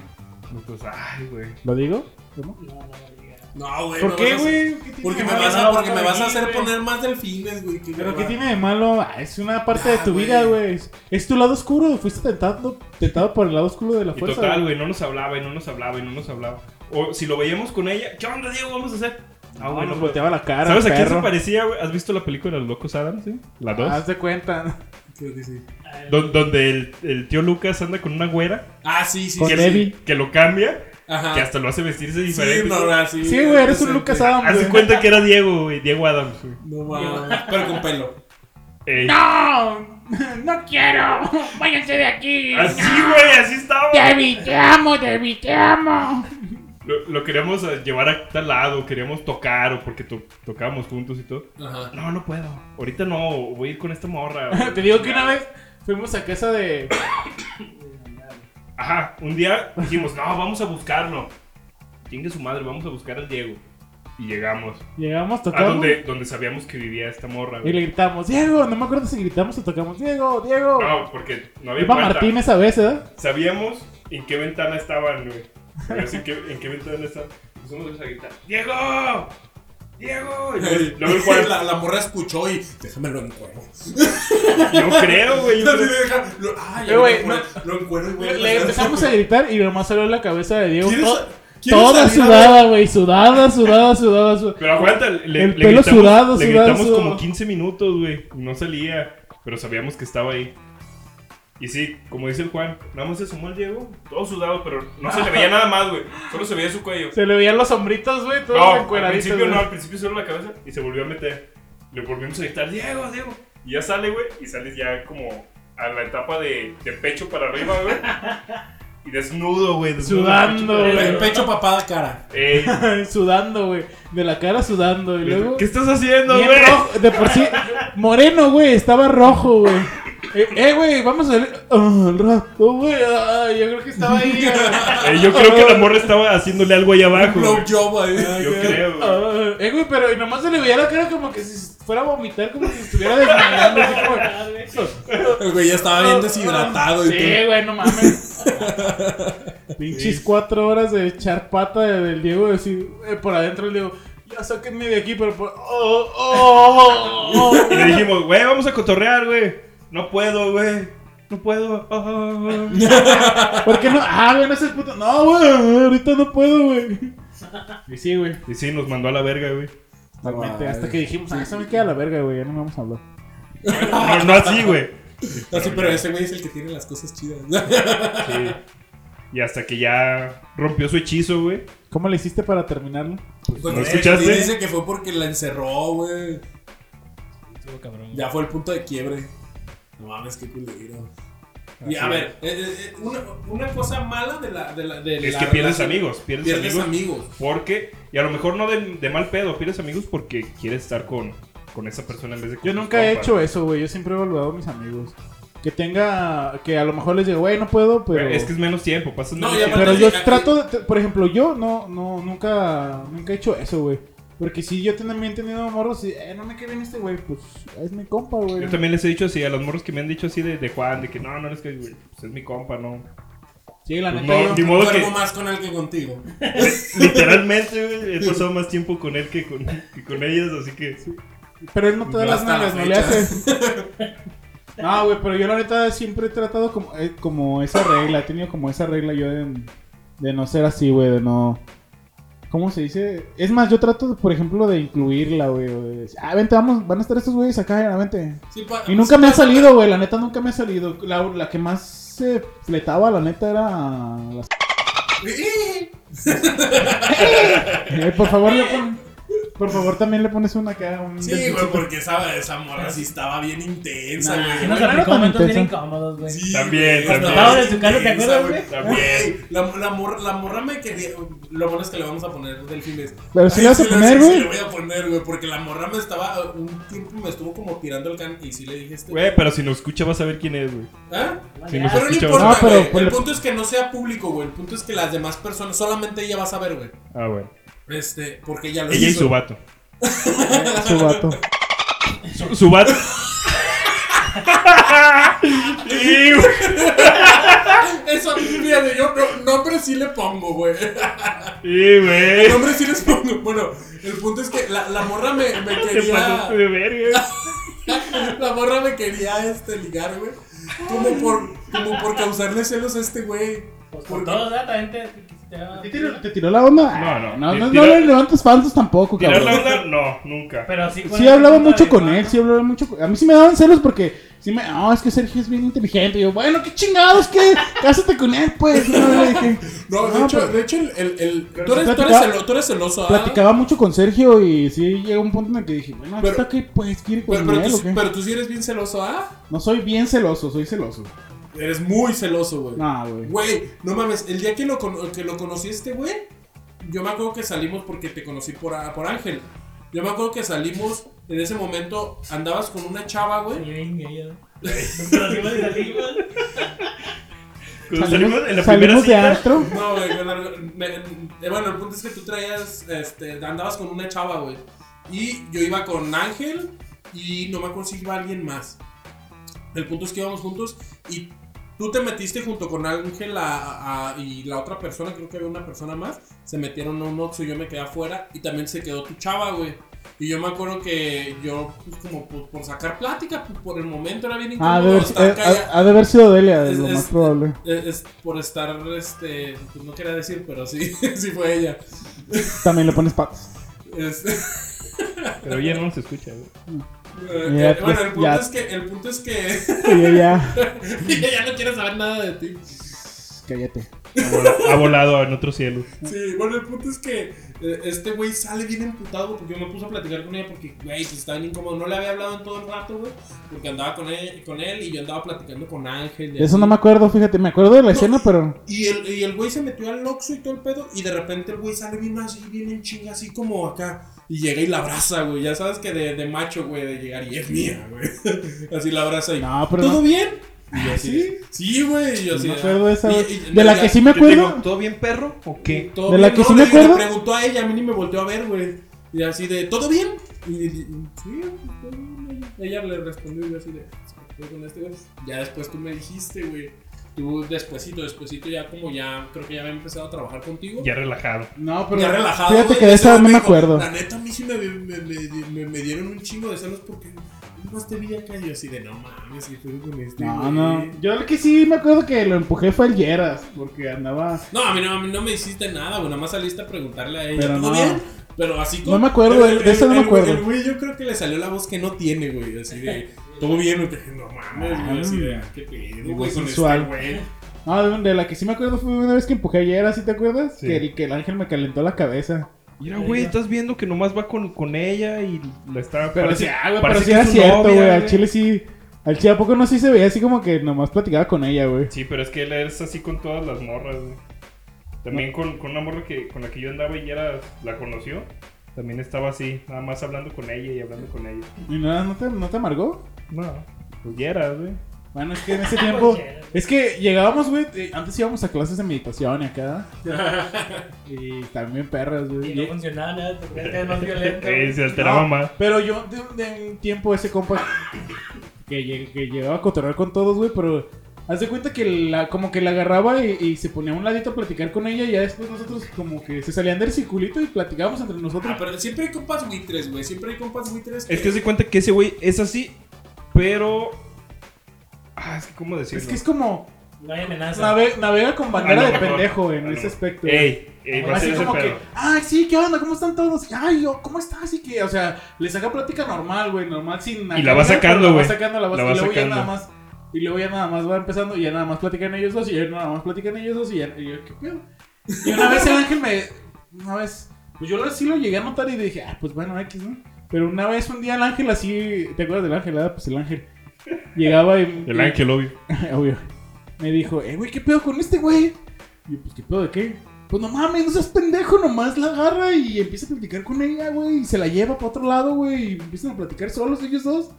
Nosotros, ay, güey. ¿Lo digo? No, no, no llega. No, güey. ¿Por me qué, vas a- güey? ¿Qué tiene Porque de me malo? vas no, a, porque no, me vas a sí, hacer güey. huevo. poner más delfines, güey. qué ¿Pero qué hueva. tiene de malo? Ah, Es una parte de Ah, tu güey. vida, güey. Es- Es tu lado oscuro. Fuiste tentado, tentado por el lado oscuro de la Y fuerza. total, güey. güey, no nos hablaba y no nos hablaba y no nos hablaba. O si lo veíamos con ella, ¿qué onda, Diego? Vamos a hacer. Ah, No, bueno, nos güey. volteaba la cara. ¿Sabes a quién se perro. Ah, parecía, güey? ¿Has visto la película Los Locos Adams, sí? La dos. Haz de cuenta. Creo que sí. Don- donde el, el tío Lucas anda con una güera Ah, sí, sí. Con que, sí. Debbie. que lo cambia, Ajá. que hasta lo hace vestirse Ah. Sí, diferente. no, ahora sí. Sí, güey, eres un Lucas Adams. Adams, Hace güey. cuenta que era Diego, güey. Diego Adams, güey. No mames. Pero con pelo. Ey. ¡No! ¡No quiero! ¡Váyanse de aquí! Así, güey, así estaba. ¡Debbie, te amo, Debbie, te amo! Lo, lo queríamos eh, llevar a tal lado, queríamos tocar, o porque to- tocábamos juntos y todo. Ajá. No, no puedo. Ahorita no, voy a ir con esta morra. Te digo que una vez fuimos a casa de. Ajá, un día dijimos, no, vamos a buscarlo. Chingue su madre, vamos a buscar al Diego. Y llegamos. Llegamos, A tocamos. donde, donde sabíamos que vivía esta morra. Y güey. le gritamos, Diego, no me acuerdo si gritamos o tocamos, Diego, Diego. No, porque no había Iba puerta. Martínez a veces, ¿eh? Sabíamos en qué ventana estaban, güey. Así que, en qué ventana estaban. Empezamos a gritar, ¡Diego! ¡Diego! Y luego- luego el Juan, La, la morra escuchó y déjamelo en cuero. yo creo, güey. yo creo- Así de deja- lo- Ay, Eh, güey, lo encuero- lo encuero, Le, güey. le empezamos a gritar y nomás salió la cabeza de Diego. ¿Quieres- to- quieres toda salir a sudada, güey, sudada, sudada, sudada, sudada. Pero aguanta, le, El le pelo gritamos, sudado, le sudado, gritamos sudado. como 15 minutos, güey. y No salía, pero sabíamos que estaba ahí. Y sí, como dice el Juan, nada más se sumó el Diego, todo sudado, pero no se le veía nada más, güey. Solo se veía su cuello. Se le veían los sombritos, güey, todos No, al encueraditos, principio güey. no, al principio solo la cabeza y se volvió a meter. Le volvimos a gritar, Diego, Diego. Y ya sale, güey, y sales ya como a la etapa de, de pecho para arriba, güey. Y desnudo, güey. desnudo, Sudando, pecho para güey. arriba. Pecho papada cara. Ey, sudando, güey. De la cara sudando. Y luego. ¿Qué estás haciendo, bien güey? rojo, de por sí. Moreno, güey, estaba rojo, güey. Eh, eh, güey, vamos a salir. Ah, el rato, güey. ah, yo creo que estaba ahí. ah". Eh, yo creo que la morra estaba haciéndole algo ahí abajo. güey. Blow job ahí. Yo creo, güey. Ah, eh, güey, pero nomás se le veía la cara como que si fuera a vomitar, como si estuviera desmayando. así como, El güey ya estaba bien deshidratado y todo. Sí, güey, no mames. Pinches cuatro horas de echar pata de- del Diego, decir, eh, por adentro el Diego, ya sáquenme de aquí, pero por. ¡Oh, oh, oh, oh". Y le dijimos, güey, vamos a cotorrear, güey. No puedo, güey. No puedo. Ah, ah, ah". ¿Por qué no? Ah, güey, no seas puto. No, güey, ahorita no puedo, güey. Y sí, güey. Y sí, nos mandó a la verga, güey. Totalmente. Ay. Hasta que dijimos, ah, eso me queda la verga, güey, ya no vamos a hablar. No, no así, güey. No, sí, pero ese güey es el que tiene las cosas chidas. Sí. Y hasta que ya rompió su hechizo, güey. ¿Cómo le hiciste para terminarlo? ¿No escuchaste? Sí, Dice que fue porque la encerró, güey. Estuvo cabrón. Ya fue el punto de quiebre. No mames, qué culero. Y a Así ver, eh, eh, eh, una, una cosa mala de la. De la de Es la que pierdes relación- amigos, pierdes, Pierdes amigos. amigos. Porque, y a lo mejor no de, de mal pedo, pierdes amigos porque quieres estar con, con esa persona en vez de con Yo tus nunca he compas. hecho eso, güey. Yo siempre he evaluado a mis amigos. Que tenga. Que a lo mejor les digo, güey, no puedo, pero. Güey, Es que es menos tiempo, pasas No, menos y tiempo. Pero Aparte, yo aquí- trato de, te- por ejemplo, yo no, no, nunca, nunca he hecho eso, güey. Porque si yo también he tenido morros y, eh, no me queda bien este güey, pues es mi compa, güey. Yo también les he dicho así, a los morros que me han dicho así de, de Juan, de que no, no, es que güey, pues es mi compa, no. Sí, la Pues neta, no, yo- ni modo Duermo que más con él que contigo. literalmente güey, he pasado más tiempo con él que con, que con ellas, así que... Pero él no te da No, las hasta la nalgas, no le fecha. hace. No, güey, pero yo la neta siempre he tratado como, eh, como esa regla. He tenido como esa regla yo de, de no ser así, güey, de no. ¿Cómo se dice? Es más, yo trato, por ejemplo, de incluirla, güey. o de decir, Ah, vente, vamos, van a estar estos güeyes acá, eh, vente. Sí, pa- Y nunca sí, me ha pa- salido, güey, la neta nunca me ha salido. La, la que más se fletaba, la neta, era... las- Eh, por favor, le pon- Por favor, también le pones una cara. Un Sí, besito. güey, porque esa, esa morra sí estaba bien intensa, Nah, güey. sí nos Bueno, aplicó era tan momentos bien intenso. incómodos, güey. Sí, También, güey, también. estaba Estábamos en su casa, ¿te intensa, acuerdas, güey? También. La, la, morra, la morra me quería. Lo bueno es que le vamos a poner delfines. Pero si Ay, le vas a sí, poner, sí, sí, güey. le voy a poner, güey, porque la morra me estaba. Un tiempo me estuvo como tirando el can y sí le dije este. Güey, pero si nos escucha vas a ver quién es, güey. ¿Ah? Si Ya. nos Pero no escucha importa, vas No, pero- güey. pero- El punto es que no sea público, güey. El punto es que las demás personas, solamente ella va a saber, güey. a... Ah, bueno. Este, porque ella lo Ella y hizo. su vato. Su vato. Su, su vato... Sí, güey. Eso, fíjate, yo no, nombre sí le pongo, güey. Sí, güey. Nombre sí les pongo. Bueno, el punto es que la, la morra me, me Te pasaste quería. de verga. La morra me quería este, ligar, güey. Como por, como por causarle celos a este güey. Pues por Porque- todos, ¿verdad? También te- te- te daba- ¿Te tiró, te tiró la onda? No, no. No, Ti- no, tira- no le levantes falsos tampoco, ¿Tirar cabrón. la onda? No, nunca. Pero sí, con Sí él, hablaba con mucho David, con ¿no? él, sí hablaba mucho con- A mí sí me daban celos porque... Sí me... No, es que Sergio es bien inteligente. Y yo, bueno, qué chingados, que Cásate con él, pues. No, le dije... No, de No, hecho, pero- de hecho, el. el, el- tú, eres, tú, eres pues, platicaba- celo- tú eres celoso, ¿ah? Platicaba mucho con Sergio y sí llegó un punto en el que dije, bueno, Pero- ¿hasta qué pues quiere con Pero, pero él tú, o qué? pero tú sí eres bien celoso, ¿ah? No soy bien celoso, soy celoso. Eres muy celoso, güey. No, güey. Güey, no mames, el día que lo, con- que lo conocí a este güey, yo me acuerdo que salimos porque te conocí por, a- por Ángel. Yo me acuerdo que salimos, en ese momento andabas con una chava, güey. Y venga, ya. Nos conocimos y salimos. Cuando salimos en la primera salimos de cita... astro. No, güey, me- me- me- bueno, el punto es que tú traías, este, andabas con una chava, güey. Y yo iba con Ángel y no me acuerdo si iba alguien más. El punto es que íbamos juntos y tú te metiste junto con Ángel a- a- a- y la otra persona, creo que había una persona más, se metieron a un Oxxo y yo me quedé afuera y también se quedó tu chava, güey. Y yo me acuerdo que yo, pues, como por, por sacar plática, pues, por el momento era bien Ah, ha de incómodo haber, estar eh, calla- ha- ha de haber sido Delia, Es- lo es- más probable. eh, es por estar, este, pues, no quería decir, pero sí, sí fue ella. También le pones patas. Este, Pero ella no nos escucha, güey. Ya, eh, pues, bueno, el punto ya. es que, el punto es que Y ella, ella ya no quiere saber nada de ti. cállate. Ha volado, ha volado en otro cielo. Sí, bueno, el punto es que eh, este güey sale bien emputado porque yo me puse a platicar con ella porque, güey, pues estaba bien incómodo. No le había hablado en todo el rato, güey, porque andaba con él, con él y yo andaba platicando con Ángel. De y eso así. no me acuerdo, fíjate, me acuerdo de la escena, pero Y el, y el güey se metió al Oxxo y todo el pedo. Y de repente el güey sale bien así, bien en chinga, así como acá. Y llega y la abraza, güey. Ya sabes que de, de macho, güey, de llegar y es mía, güey. Así la abraza y. no, pero ¿Todo no, bien? Y yo así. Sí, güey. Y yo no así. ah. me acuerdo de esa. y- vez. y- de la ya- que sí me Yo te digo, acuerdo, ¿Todo bien, perro? ¿O qué? ¿Todo de la que sí me Le- le acuerdo. preguntó a ella, a mí ni me volteó a ver, güey. Y así de, ¿todo bien? Y, y- y- sí, todo bien. Ella le respondió y yo así de. Fue con este, güey. Ya después tú me dijiste, güey. Tú despuesito, despuesito ya como ya, creo que ya había empezado a trabajar contigo. Ya relajado. No, pero. Ya relajado. Fíjate güey, que de ese esa güey no me dijo, acuerdo. La neta, a mí sí me, me, me- me- me dieron un chingo de celos porque más te vi acá. Y yo así de no mames, ¿qué pedo con este? No, güey?" no. Yo lo que sí me acuerdo que lo empujé fue el Yeras, porque andaba. No, a mí no, a mí no me hiciste nada, güey. Nada más saliste a preguntarle a ella. Pero ¿Todo no. bien? Pero así como. No me acuerdo, el- de- de eso el- no me el güey- acuerdo. El güey, yo creo que le salió la voz que no tiene, güey. Así de. Todo bien, güey. No mames, güey. Así de. "Ah, ¿Qué pedo, güey? Con este Sensual. güey. No, de, de la que sí me acuerdo fue una vez que empujé a Yeras, ¿sí te acuerdas? Sí. Que, el, que el ángel me calentó la cabeza. Mira, güey, estás viendo que nomás va con, con ella y la está. Pero parece- sí, ah, güey, pero parece sí que era es su cierto, novia, güey. Al chile sí. Al chile a poco no sí se veía así como que nomás platicaba con ella, güey. Sí, pero es que él es así con todas las morras, güey. También con, con una morra que, con la que yo andaba y era, la conoció. También estaba así, nada más hablando con ella y hablando con ella. ¿Y no, no, te, no te amargó? No, pues ya era, güey. Bueno, es que en ese Pues tiempo. es que llegábamos, güey. eh, Antes íbamos a clases de meditación y acá. y también perras, güey. Y no funcionaba nada, te crees que es más violento. Eh, se alteraba No, más. Pero yo, de, un- de un tiempo, ese compa que, lle- que llegaba a cotorrear con todos, güey, pero haz de cuenta que la, como que la agarraba y, y se ponía a un ladito a platicar con ella y ya después nosotros como que se salían del circulito y platicábamos entre nosotros. Ah, pero siempre hay compas buitres, güey. Siempre hay compas buitres. Es que se cuenta que ese güey es así, pero. Ah, es que, ¿cómo decirlo? es que es como No hay amenaza. nave- navega con bandera A lo de mejor, pendejo güey, a en lo ese mejor. aspecto. güey. Ah, Ey, ey, va a ser Así pues ese como que, pedo. ay, sí, ¿qué onda? ¿Cómo están todos? Ay, yo, ¿cómo estás? Y que, o sea, le saca plática normal, güey, normal sin Y la va acá, sacando, pero güey. La va sacando, la va, La va y luego sacando. ya nada más. Y luego ya nada más va empezando, y ya nada más platican ellos dos, y ya nada más platican ellos dos, y ya, y yo, ¿qué pedo? Y una vez el ángel me. Una vez. Pues yo sí lo llegué a notar y dije, ah, pues bueno, X, ¿no? Pero una vez, un día el ángel así. ¿Te acuerdas del ángel? Ah, pues el ángel. Llegaba y. El ángel, obvio. Obvio. Me dijo, eh, güey, ¿qué pedo con este güey? Y yo, pues, ¿qué pedo de qué? Pues no mames, no seas pendejo, nomás la agarra y empieza a platicar con ella, güey. Y se la lleva para otro lado, güey. Y empiezan a platicar solos ellos dos.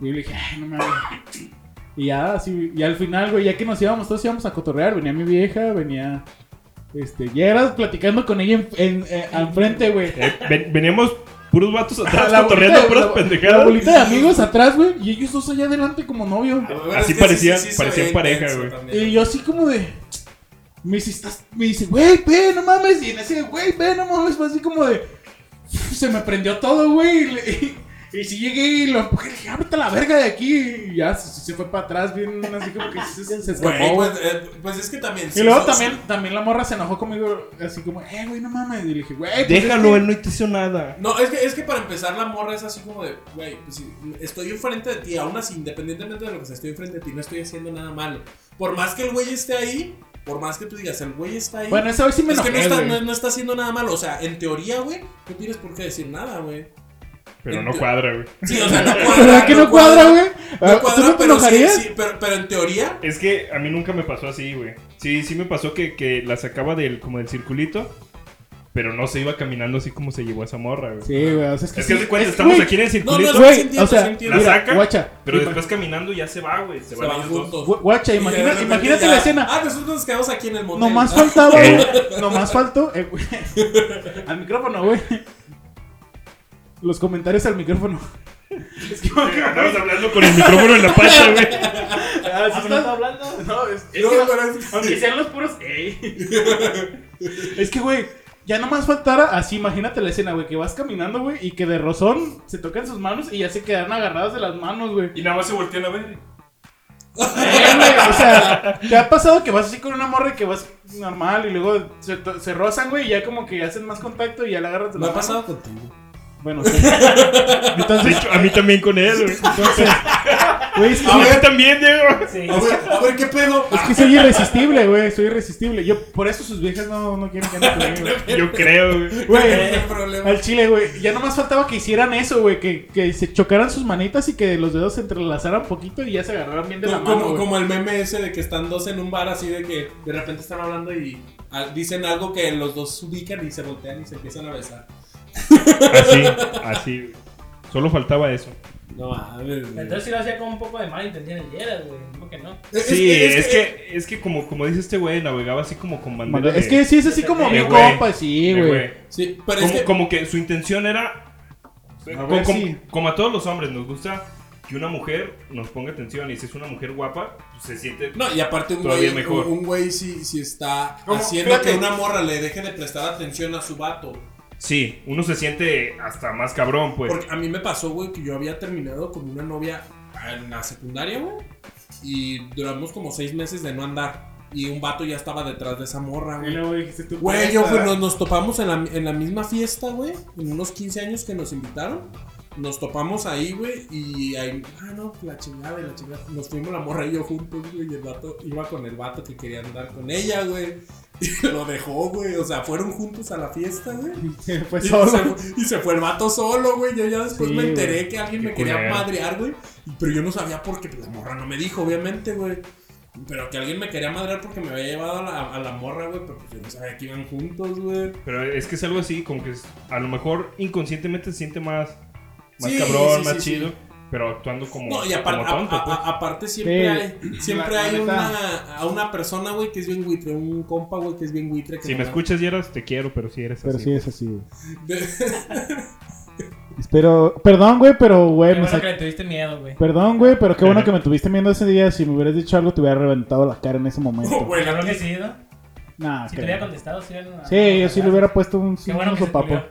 Y yo le dije, ay, no mames. Y ya, así, y al final, güey, ya que nos íbamos, todos íbamos a cotorrear. Venía mi vieja, venía. Este, ya eras platicando con ella en, en- eh, al frente, güey. Eh, ven- veníamos puros vatos atrás, La cotorreando bolita- puras la- La pendejadas. bolita de amigos atrás, güey. Y ellos dos allá adelante como novios. Ah, güey, así es que parecían- se parecían ve pareja, intenso güey. también. Y yo así como de... Me dice, "Estás-" me dice, güey, ve, no mames. Y en ese, güey, ve, no mames. Fue así como de... Se me prendió todo, güey. Y, le- y, si llegué y lo empujé, le dije, ábrete la verga de aquí. Y ya se, se fue para atrás, bien así como que se, se escapó, Güey, güey. pues, eh, pues es que también. Y sí, luego sí, también, también la morra se enojó conmigo, así como, eh, güey, no mames. Y le dije, güey, pues es Déjalo, que- él no te hizo nada. No, es que, es que para empezar la morra es así como de, güey, pues sí, estoy enfrente de ti, aún así, independientemente de lo que sea, estoy enfrente de ti, no estoy haciendo nada malo. Por más que el güey esté ahí, por más que tú digas, el güey está ahí, Bueno, esa vez sí me es que enojé, no está, güey. no, no está haciendo nada malo. O sea, en teoría, güey, no tienes por qué decir nada, güey. Pero no cuadra, güey. Sí, o sea, no cuadra. ¿Verdad que no cuadra, güey? Ah, No ¿Tú cuadra, no te pero, sí- enojarías? sí, pero, pero en teoría, Es que a mí nunca me pasó así, güey. Sí, sí me pasó que, que la sacaba del, como del circulito, pero no se iba caminando así como se llevó a esa morra, güey. Sí, güey, o sea, es que Es que sí- hace cuenta, es- estamos güey, aquí en el no, circulito, no, sí Güey, entiendo, o sí sea, entiendo. la mira, saca, guacha. pero ima- después caminando ya se va, güey. Se, se van van ellos dos. juntos. Gu- Guacha, Y de imagina- repente imagínate ya, la escena. Ah, nosotros nos quedamos aquí en el motel. Nomás Ah, faltaba. Ey. Nomás faltó. eh, güey, al micrófono, güey. Los comentarios al micrófono. Es que ah, me acabo- Andabas hablando con el micrófono en la pata, güey. Ah, ¿sí ¿Estás estás? hablando? No, es- es no, que- pero es- Aunque sean los puros. ey. Es que, güey, ya nomás faltara así. Imagínate la escena, güey, que vas caminando, güey, y que de rozón se tocan sus manos y ya se quedan agarradas de las manos, güey. Y nada más se voltean a ver. Eh, güey, O sea, ¿te ha pasado que vas así con una morra y que vas normal y luego se, to- se rozan, güey, y ya como que hacen más contacto y ya la agarras de Me la ha mano? pasado contigo. Bueno, sí. De Entonces, hecho, a mí también con él, güey. entonces, güey, es que A mí también, Diego. Sí. A ver, a ver, ¿qué pedo? Es que soy irresistible, güey, soy irresistible. Yo, por eso sus viejas no, no quieren que ande con ellos. Yo creo, güey. Güey, el problema. al chile, güey. Ya nomás faltaba que hicieran eso, güey. Que, que se chocaran sus manitas y que los dedos se entrelazaran poquito y ya se agarraran bien de la Como- mano, como, güey. como el meme ese de que están dos en un bar así de que de repente están hablando y ah, dicen algo que los dos ubican y se voltean y se empiezan a besar. Así, así, güey. Solo faltaba eso. No mames, güey. Entonces sí lo hacía con un poco de mala intención el Yeras, güey. ¿Cómo que no? Es- Sí, es, es- que, es que, como, como dice este güey, navegaba así como con bandera. de- Es que sí, es así como de mi güey, compa, sí, de güey. Sí, pero Como, es que. como que su intención era. A co- ver, como, sí. como a todos los hombres, nos gusta que una mujer nos ponga atención y si es una mujer guapa, pues se siente... No, y aparte un Todavía güey, mejor. un un güey si, si está Como, haciendo fíjate. que una morra le deje de prestar atención a su vato. Sí, uno se siente hasta más cabrón, pues. Porque a mí me pasó, güey, que yo había terminado con una novia en la secundaria, güey. Y duramos como seis meses de no andar. Y un vato ya estaba detrás de esa morra, Y güey. luego dijiste tú. Güey, puedes, yo, ¿verdad? güey, nos, nos topamos en la, en la misma fiesta, güey. En unos 15 años que nos invitaron. Nos topamos ahí, güey. Y ahí, ah, no, la chingada, y la chingada. Nos fuimos la morra y yo juntos, güey. Y el vato iba con el vato que quería andar con ella, güey. Y lo dejó, güey. O sea, fueron juntos a la fiesta, güey. Se fue Y solo. se, fue- y se fue el vato solo, güey. Yo ya después Sí, me güey. enteré que alguien Qué me quería culero. madrear, güey. y- Pero yo no sabía por qué. pues, La morra no me dijo, obviamente, güey. Pero que alguien me quería madrear porque me había llevado a la, a la morra, güey. Pero pues yo no sabía que iban juntos, güey. Pero es que es algo así, como que es- a lo mejor inconscientemente se siente más, más Sí, cabrón, sí, más sí, sí. chido, pero actuando como, No, y ah, apar- como a- tonto, a- pues. a- aparte siempre Sí. hay, siempre La- la hay neta. una, a una persona, güey, que es bien buitre. Un compa, güey, que es bien buitre. Que Si me nomás- escuchas, Yeras, te quiero, pero si eres Pero así. sí es así, güey. de- Espero. Perdón, güey, pero, güey, Qué me bueno sac- que le tuviste miedo, güey. Perdón, güey, pero qué bueno Ajá. que me tuviste viendo ese día. Si me hubieras dicho algo, te hubiera reventado la cara en ese momento. Güey, la- Cabrón que sí, ¿no? Nah, Si que- te hubiera contestado, sí. era- Ah, Sí, yo sí le hubiera puesto un Qué bueno un que se sopapo. culió,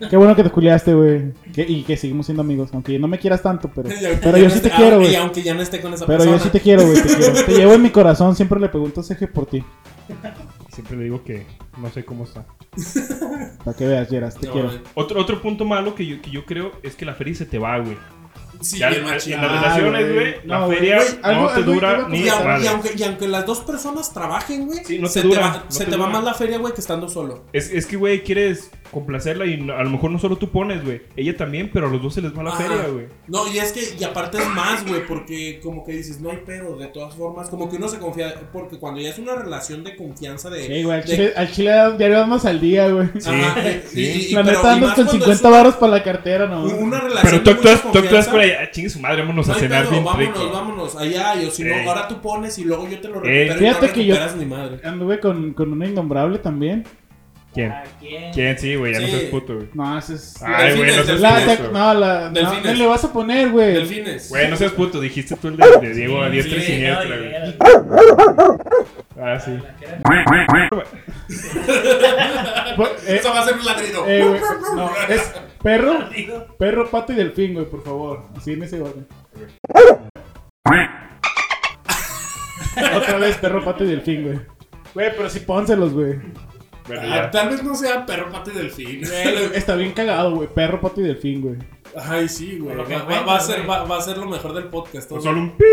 ¿no? Qué bueno que te culiaste, güey. Que- Y que seguimos siendo amigos. Aunque no me quieras tanto, pero. y aunque Pero ya yo no sí te esté- quiero, ah, güey. Y aunque ya no esté con esa Pero persona. yo sí te quiero, güey. Te, quiero. Te llevo en mi corazón. Siempre le pregunto a Sergio por ti. Siempre le digo que no sé cómo está. Para que veas, Yeras. Te No, quiero. güey. Otro, otro punto malo que yo, que yo creo es que la feria se te va, güey. Sí, Ya bien eh, la- machín. en las relaciones, Ah, güey, güey. la No, feria güey, algo- no te algo que dura iba a ni Y, comentar. aun- y madre. aunque, y aunque las dos personas trabajen, güey, Sí, no te se, dura, te va, no se te te va dura. más la feria, güey, que estando solo. Es, es que, güey, quieres complacerla y no- a lo mejor no solo tú pones, güey. Ella también, pero a los dos se les va la Ajá. feria, güey. No, y es que, y aparte es más, güey, porque como que dices, no hay pedo, de todas formas, como que uno se confía, porque cuando ya es una relación de confianza de... Sí, güey. Al de- chile, al chile ya le más al día, güey. Ajá, Sí, y- sí. y- y- La pero- neta y andas más con cuando 50 baros para la cartera, no. es un- Una Pero relación tú de mucha actúas, tú actúas confianza, por allá. Chingue su madre, vámonos No a hay cenar pedo, bien vámonos, rico. vámonos, allá, y o si no, Ey. ahora tú pones y luego yo te lo Ey. recupero y Fíjate no que yo- recuperas ni madre. Anduve con, con una innombrable también. ¿Quién? Ah, ¿Quién? ¿Quién? Sí, güey, ya no Sí. seas puto, güey. No, esa es. Ah, Ay, güey, no seas La- puto. no, la. No, Delfines. ¿qué le vas a poner, güey? Delfines. Güey, no seas puto, dijiste tú el de, de Diego a diestra y sí, siniestra, No, y güey. era- Ah, sí. la que era- Eh, Eso va a ser un ladrido. eh, güey, no, es perro, perro, pato y delfín, güey, por favor. Así en ese orden. Otra vez perro, pato y delfín, güey. Güey, pero sí pónselos, güey. Bueno, Ah, ya. tal vez no sea perro, pato y delfín. Está bien cagado, güey. Perro, pato y delfín, güey. Ay, sí, güey. Por lo que Va, va- cuentas, va a ser, güey. va, va a ser lo mejor del podcast. O todo. Pues Solo un pip.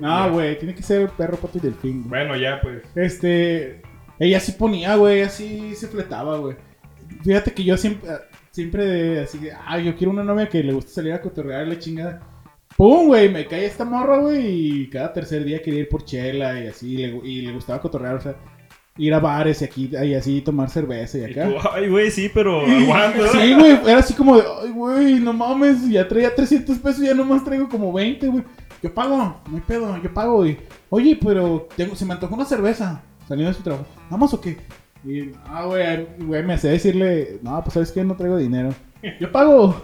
No, güey, tiene que ser perro, pato y delfín, güey. Bueno, ya, pues. Este. Ella sí ponía, güey. Así se fletaba, güey. Fíjate que yo siempre. Siempre de- así que. Ah, yo quiero una novia que le guste salir a cotorrear la chingada. ¡Pum, güey! Me cae esta morra, güey. Y cada tercer día quería ir por chela y así. le- y le gustaba cotorrear, o sea. Ir a bares y aquí y así tomar cerveza y Y acá. tú, ay, güey, sí, pero aguanta. Sí, güey, era así como de, ay, güey, no mames, ya traía 300 pesos, ya nomás traigo como 20, güey. Yo pago, no hay pedo, yo pago, güey. Oye, pero tengo, se me antojó una cerveza saliendo de su trabajo. ¿Vamos o qué? Y, ah, güey, güey, me hacía decirle, no, pues sabes que no traigo dinero. Yo pago.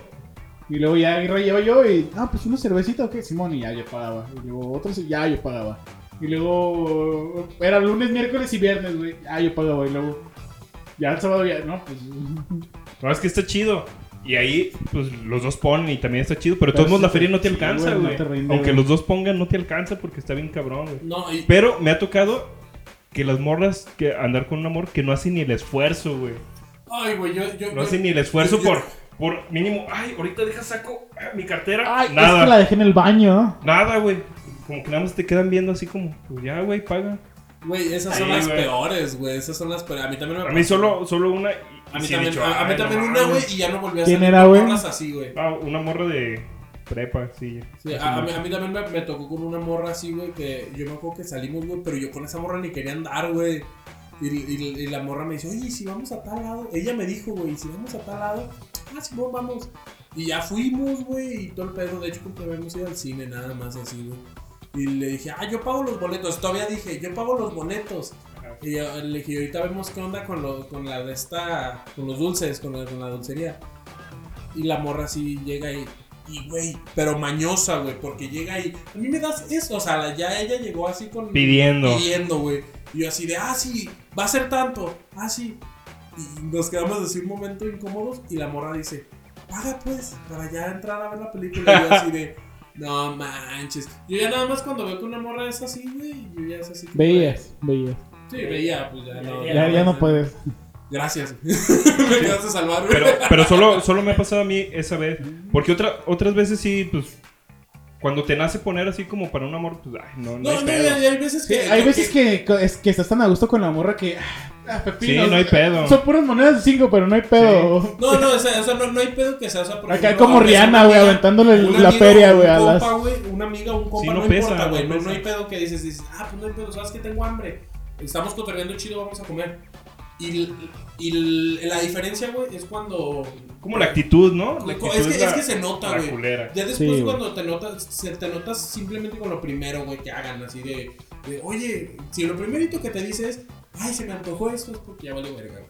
Y luego ya llevo yo y, ah, pues una cervecita o qué, Simón, y ya yo pagaba. Y luego otros, y ya yo pagaba. Y luego era lunes, miércoles y viernes, güey. Ah, yo pagaba. Y luego, ya el sábado, ya, no, pues No, es que está chido. Y ahí, pues los dos ponen y también está chido. Pero de Pero todos modos, sí, la feria no te sí, alcanza, güey, no güey. te rinde, Aunque güey. los dos pongan, no te alcanza porque está bien cabrón, güey. No, y, Pero me ha tocado que las morras que andar con un amor que no hace ni el esfuerzo, güey. ay, güey, yo, yo, No yo- hace ni el esfuerzo yo- por, por mínimo. Ay, ahorita deja saco ah, mi cartera. Ay, es nada, que la dejé en el baño. nada, güey. Como que nada más te quedan viendo así como, pues ya, güey, paga. Güey, esas Sí, son las güey. peores, güey. Esas son las peores. A mí también me A mí pasó. solo, solo una. y- A y mí sí he también, dicho, a, a mí "Ay, no también una, mames". güey, y ya no volví a ¿Quién salir era, con güey? morras así, güey. Ah, una morra de prepa, sí. Sí, a, a mí, a mí también me, me tocó con una morra así, güey, que yo me acuerdo que salimos, güey, pero yo con esa morra ni quería andar, güey. Y, y- y la morra me dice, oye, ¿y si vamos a tal lado. Ella me dijo, güey, ¿y si vamos a tal lado. Ah, sí, bueno, vamos. Y ya fuimos, güey, y todo el pedo. De hecho, porque habíamos ido al cine, nada más así, güey. Y le dije, ah, yo pago los boletos. Todavía dije, yo pago los boletos. Ajá. Y yo le dije, ahorita vemos qué onda con, lo, con la de esta, con los dulces, con la, con la dulcería. Y la morra así llega y, Y, güey, pero mañosa, güey, porque llega ahí. A mí me das eso. O sea, la- ya ella llegó así con. Pidiendo. Pidiendo, güey. Y yo así de, ah, sí, va a ser tanto. Ah, sí. Y nos quedamos así un momento incómodos. Y la morra dice, paga pues, para ya entrar a ver la película. Y yo así de, no manches. Yo ya nada más cuando veo que una morra es así, güey, yo ya es así. que- Veías, veías. Sí, veía, pues ya no. Ya, ya no puedes. Gracias. me quedaste a salvar, güey. Pero, pero solo, solo me ha pasado a mí esa vez. Porque otra, otras veces sí, pues. Cuando te nace poner así como para un amor, pues, ay, no, no, No, hay no, pedo. ya- ya hay veces Sí, que. hay veces que, es que estás tan a gusto con la morra que. ah, Sí, pepinos. no hay pedo. Son puras monedas de 5, pero no hay pedo. No, no, o sea, o sea, no, no hay pedo que sea, o sea, por Acá ejemplo, como aunque sea Rihanna, una güey, amiga- aventándole una la amiga, feria, un güey, a compa, las. güey, una amiga, un compa, Sí, no, no importa, pesa, güey, no no, no hay pesa. pedo que dices, dices, ah, pues no hay pedo, sabes que tengo hambre, estamos cotorreando chido, vamos a comer. Y, l- y l- la diferencia, güey, es cuando... Como la actitud, ¿no? La Es actitud que, es, la- que se nota, la güey. culera. Ya Sí, después güey. cuando te notas, se te notas simplemente con lo primero, güey, que hagan, así de, de, oye, si lo primerito que te dice es, ay, se me antojó esto, es porque ya valió verga. güey.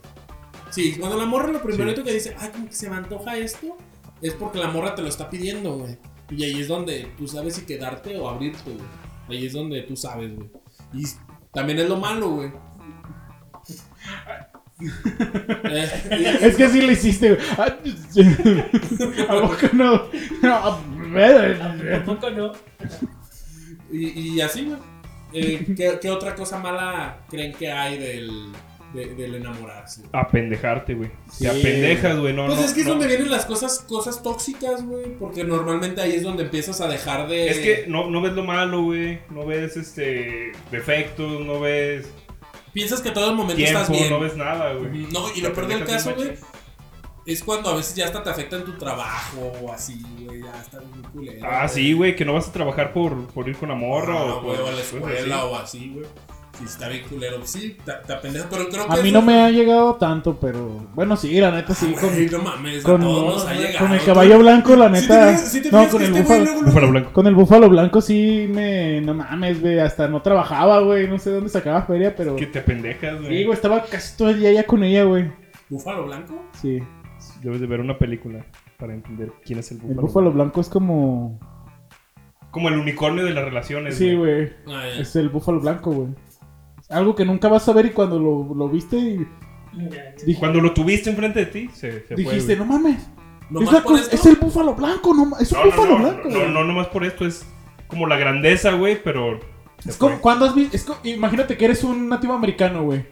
Sí, cuando la morra lo primerito que dice, ay, como que se me antoja esto, es porque la morra te lo está pidiendo, güey. Y ahí es donde tú sabes si quedarte o abrirte, güey. Ahí es donde tú sabes, güey. Y s- también es lo malo, güey. Eh, y- Es que así le hiciste, güey. Ah, ¿A poco no? No, a ver. Tampoco no. Y, y así, güey. Eh, ¿qué, qué otra cosa mala creen que hay del, de- del enamorarse? Apendejarte, güey. Sí. Te apendejas, güey. No, Pues no, es que es no. donde vienen las cosas, cosas tóxicas, güey. Porque normalmente ahí es donde empiezas a dejar de. Es que no, no ves lo malo, güey. No ves este defectos, no ves Piensas que todo el momento estás tiempo, bien. no ves nada, güey. No, y lo Te peor del apendejas caso, bien güey, machín. es cuando a veces ya hasta te afecta en tu trabajo o así, güey. Ya está muy culero. Ah, sí, güey, pues, que no vas a trabajar por, por ir con la morra Ah, o güey, por- o a la cosas así. escuela o así, güey. Sí, está bien culero. Sí, te, te apendejas, pero creo que. A mí eso- no me ha llegado tanto, pero. Bueno, sí, la neta sí. Con, Güey, no mames, a con- todos nos ha con el llegado. caballo blanco, la Si te neta. fijas- si te No, fijas con que el este güey búfalo. luego, luego- Búfalo blanco. Con el búfalo blanco sí me. No mames, güey. Hasta no trabajaba, güey. No sé dónde sacaba feria, pero. Que Sí, te apendejas, güey. güey, estaba casi todo el día ya con ella, güey. ¿Búfalo blanco? Sí. Debes de ver una película para entender quién es el El búfalo. búfalo blanco es como. Como el unicornio de las relaciones, Sí, güey. Ah, ya. Es el búfalo blanco, güey. Algo que nunca vas a ver y cuando lo, lo viste y dij- Cuando lo tuviste enfrente de ti, se, se fue. dijiste, güey. no mames, es, Nomás la por co- esto. es el búfalo blanco, no ma- es un búfalo no, no, blanco. no, güey". no, nomás por esto, es como la grandeza, güey, pero. se Es como fue. cuando has visto, es co- imagínate que eres un nativo americano, güey.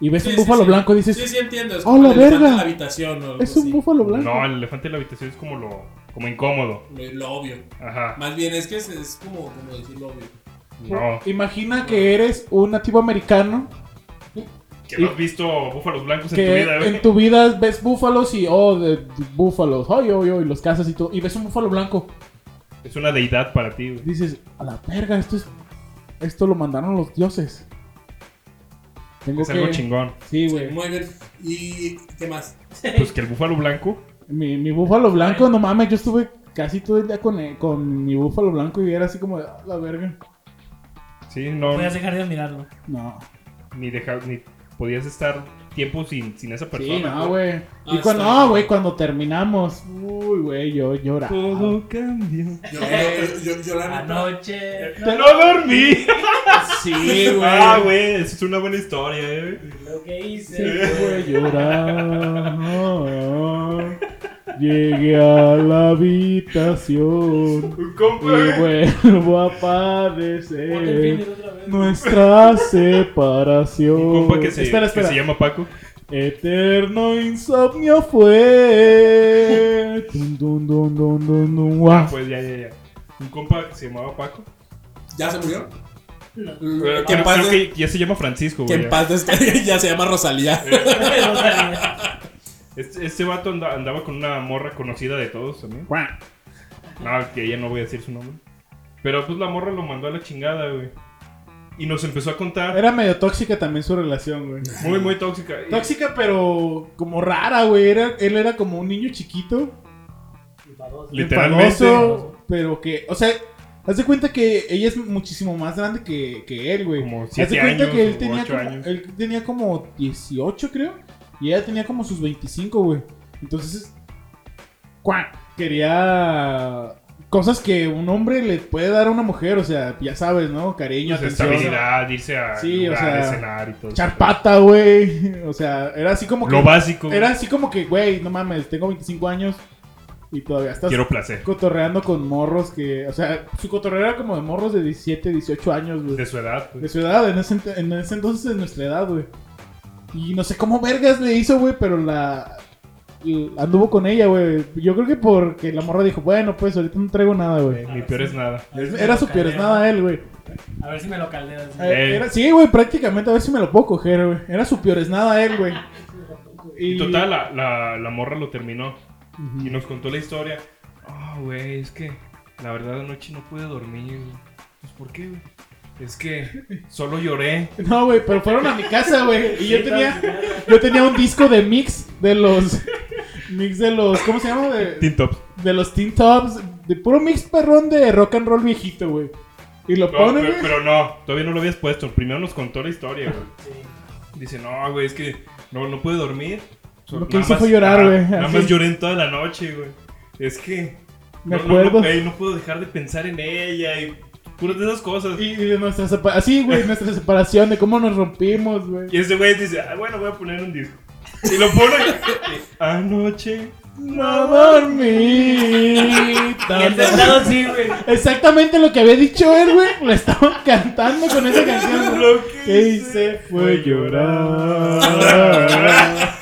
Y ves Sí, un sí, búfalo sí. blanco y dices, Sí, sí, entiendo. Es ¡Oh, como la el elefante verga! en la habitación. o algo es un así. búfalo blanco. No, el elefante de la habitación es como lo. como incómodo. Lo, lo obvio. Ajá. Más bien es que es, es como, como decir lo obvio. No. Imagina que eres un nativo americano Que no has visto búfalos blancos Pues en tu que vida, güey. en tu vida ves búfalos y oh, de, de búfalos, ay, ay, ay, los cazas y todo, y ves un búfalo blanco. Es una deidad para ti, güey. Dices, a la verga, esto es. Esto lo mandaron los dioses. Tengo Es que. algo chingón. sí, güey. Muy bien. ¿Y qué más? Pues que el búfalo blanco. Mi, mi búfalo blanco, no mames, yo estuve casi todo el día con, eh, con mi búfalo blanco y era así como, de, "Ah, la verga. Sí, no. Voy a dejar de mirarlo. No. Ni dejar. ni podías estar tiempo sin, sin esa persona. Sí, no, güey. Ah, Y cuando, está. no, güey, cuando terminamos. Uy, güey, yo lloraba. Todo cambió. Yo, Eh, yo, yo, yo la ah, neta. Anoche. ¡No dormí! Sí, Ah, güey, eso es una buena historia, eh. Lo que Sí, hice. güey, lloraba. Llegué a la habitación. Un compa, Y güey. vuelvo a Ponte el padecer Tinder otra vez. nuestra Un separación. compa que se, espera, espera. que se llama Paco. Eterno insomnio fue. Dun, dun, dun, dun, dun, dun, guau. Pues ya, ya, ya. Un compa que se llamaba Paco. Ah, ¿Ya se murió? No. Mm, Que en Creo, paz, creo des- que ya se llama Francisco, que güey. Eh, en paz descanse. Ya se llama Rosalía. No sabía. Este, este vato anda- andaba con una morra conocida de todos también. No, que ella no voy a decir su nombre. Pero pues la morra lo mandó a la chingada, güey. Y nos empezó a contar. Era medio tóxica también su relación, güey. Muy, muy tóxica. Y- Tóxica, pero como rara, güey. Era- él era como un niño chiquito. Literalmente. enfadoso, pero que, o sea, haz de cuenta que ella es muchísimo más grande que, que él, güey. Como Haz de siete cuenta años que él o tenía, ocho como, años. él tenía como 18, creo. Y ella tenía como sus 25, güey. Entonces, ¡cuá! quería cosas que un hombre le puede dar a una mujer, o sea, ya sabes, ¿no? Cariño, Pues, atención. estabilidad, irse a Sí, o lugares, sea, cenar y todo. eso. Echar pata, güey. O sea, era así como que. Lo básico. güey. Era así como que, güey, no mames, tengo 25 años y todavía estás Quiero placer. cotorreando con morros que. O sea, su cotorreo era como de morros de 17, 18 años, güey. De su edad, De pues. su edad, en ese, ent- en ese entonces de nuestra edad, güey. Y no sé cómo vergas le hizo, güey, pero la... l- Anduvo con ella, güey. Yo creo que porque la morra dijo, bueno, pues ahorita no traigo nada, güey. Ni peor es nada. Era su peor, es nada él, güey. A ver si me lo caldeas. A ver, era- sí, güey, prácticamente, a ver si me lo puedo coger, güey. Era su peor, es nada él, güey. Y total, la, la, la morra lo terminó. Y nos contó la historia. Ah, güey, es que la verdad anoche no pude dormir. güey". Pues, ¿por qué, güey? Es que solo lloré. No, güey, pero fueron a mi casa, güey. Y yo tenía, yo tenía un disco de mix de los... Mix de los... ¿Cómo se llama? De, Tintops. De los Teen Tops, de puro mix perrón de rock and roll viejito, güey. Y lo No, ponen, pero, güey. pero no, todavía no lo habías puesto. Primero nos contó la historia, güey. Dice, no, güey, es que no, no pude dormir. So- Lo que nada hizo más- fue llorar, ah, güey, Nada así. más lloré en toda la noche, güey. Es que. Me no, No, acuerdo. no, güey, no puedo dejar de pensar en ella y puras de esas cosas. Y, y de nuestra separación, así, güey, nuestra separación, de cómo nos rompimos, güey. Y ese güey dice, ah, bueno, voy a poner un disco. Y lo pone. Anoche. No dormí. Y el sentado sí, güey. Exactamente lo que había dicho él, güey. Lo estaban cantando con esa canción. güey. ¿Qué hice? Fue llorar.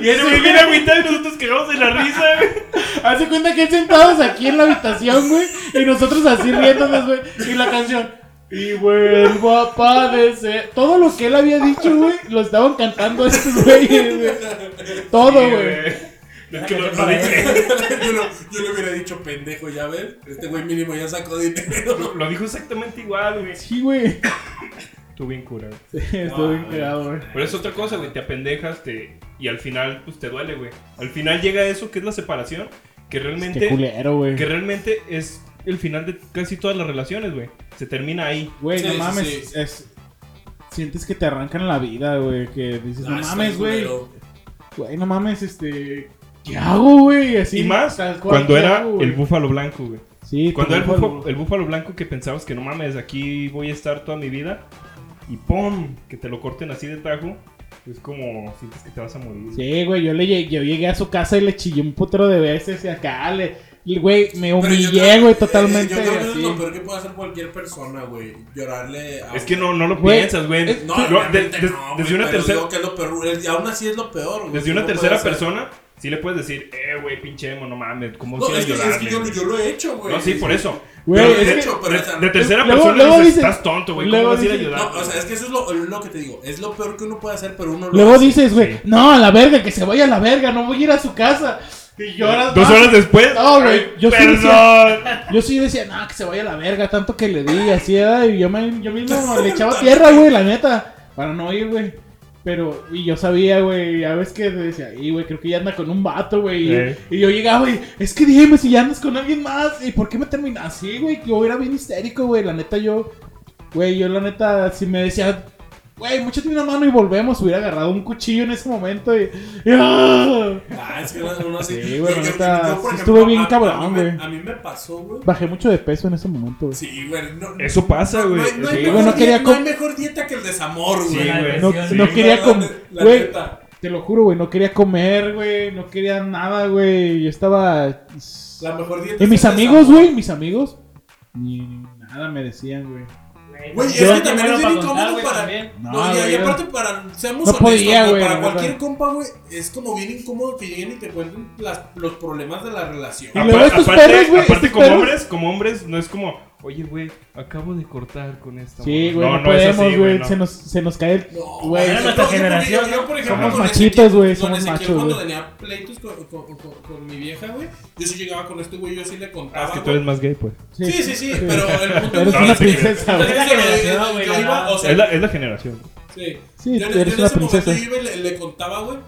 Y ese güey viene agüitado y nosotros cagamos de la risa, güey. Hace cuenta que él sentados aquí en la habitación, güey. Y nosotros así riéndonos, güey. Y la canción. Y vuelvo a padecer. Todo lo que él había dicho, güey, lo estaban cantando estos güeyes, güey. Todo, Sí, güey. Es que no, no dije. yo, lo, yo le hubiera dicho pendejo, ya ves. Este güey mínimo ya sacó dinero. Lo dijo exactamente igual, güey. Sí, güey. Tú bien curado. Estoy bien cagado, güey. Pero es otra cosa, güey, te apendejas te... y al final, pues te duele, güey. Al final llega eso que es la separación, que Qué realmente, culero, güey. que realmente es el final de casi todas las relaciones, güey. Se termina ahí. Güey, Sí, no sí, mames. sí. es- sientes que te arrancan la vida, güey. Que dices, Ah, no está mames, güey. culero. Güey, no mames, este. ¿Qué hago, güey? Y Así. y más, tal cual, cuando ¿qué era hago, güey? el búfalo blanco, güey. Sí, Cuando era el, búfalo- búfalo, el búfalo blanco que pensabas que no mames, aquí voy a estar toda mi vida. Y ¡pum! Que te lo corten así de tajo. Es como sientes que te vas a morir. Sí, güey, yo, le llegué, yo llegué a su casa y le chillé un putero de veces y acá le... le- Güey, me Pero yo humillé, creo- güey, eh, totalmente. Yo creo que así. es lo peor que puede hacer cualquier persona, güey. Llorarle a Es que no, no lo Güey, piensas, güey. No, Lo- de- obviamente des- no, desde güey, una pero tercera. digo que es lo peor, es- aún así es lo peor, güey. Desde una No puede tercera ser. persona, sí le puedes decir, eh, güey, pinche emo, no mames, ¿cómo No, quieres es que, es llorarle? que yo, yo lo he hecho, güey. No, sí, por eso. Güey, Pero es de que- hecho, pero De, esa- de tercera Luego- persona luego dices, dices- estás tonto, güey, luego ¿cómo vas a ir a dices- ayudar? No, o sea, es que eso es lo, lo que te digo. Es lo peor que uno puede hacer, pero uno lo Luego hace. dices, güey, Sí. no, a la verga, que se vaya a la verga, no voy a ir a su casa. Y lloras. Dos más. horas después. No, güey, ay, yo sí Perdón. Yo sí decía, no, que se vaya a la verga, tanto que le di, así era. Y yo, me, yo mismo le echaba tierra, güey, la neta, para no ir, güey. Pero, y yo sabía, güey, a veces que decía, y güey, creo que ya anda con un vato, güey. y- Eh. Y, yo llegaba, güey, es que dime si ya andas con alguien más. ¿Y por qué me terminas así, güey? Que yo era bien histérico, güey. La neta, yo, güey, yo la neta, si me decía, güey, muchate una mano y volvemos, hubiera agarrado un cuchillo en ese momento y. y, ¡ah! Ah, es que uno, uno así. Sí, güey, Yo- yo- neta, yo, sí por ejemplo, estuve bien a- a cabrón, mí me- güey. A mí me pasó, güey. Bajé mucho de peso en ese momento, güey. Sí, güey. No, Eso pasa, no, güey. hay- no hay Sí, güey, mejor no dieta- quería no hay com- mejor dieta que el desamor, Sí, güey. güey. No, Sí, no güey. quería con comer, güey, te lo juro, güey, no quería comer, güey, no quería nada, güey, yo estaba... La mejor dieta. Y es mis el amigos, desamor. güey, mis amigos, ni nada me decían, güey. Güey, es Yo- que también bueno, es bien para contar, incómodo güey, para. también. No, No, y- y, güey, yo- aparte, para. Seamos No honestos, podía, güey, güey, Para la cualquier neta. compa, güey, es como bien incómodo que lleguen y te cuenten las- los problemas de la relación. Y Apa- luego estos aparte, perros, güey, aparte estos como perros. hombres, como hombres, no es como, oye, güey, acabo de cortar con esta. Sí, morra". güey, no, es así, podemos, güey, no. se, nos, se nos cae el... No, Güey, yo- era yo- nuestra yo- yo- generación, yo- yo, por ejemplo, Somos con machitos, Ezequiel- güey, somos con Ezequiel machos, Cuando güey. tenía pleitos con, con- con- con mi vieja, güey, yo sí llegaba con este güey, yo sí le Ah, contaba. es que tú güey. eres más gay, pues. Sí, sí, sí, pero el punto Eres No, una no te creas. princesa, Yo güey. Eres la generación, güey, yo iba, la- o sea, Es la, es la generación. sí. Sí, Yo en- yo eres en una ese momento princesa. yo iba y le, le contaba, güey.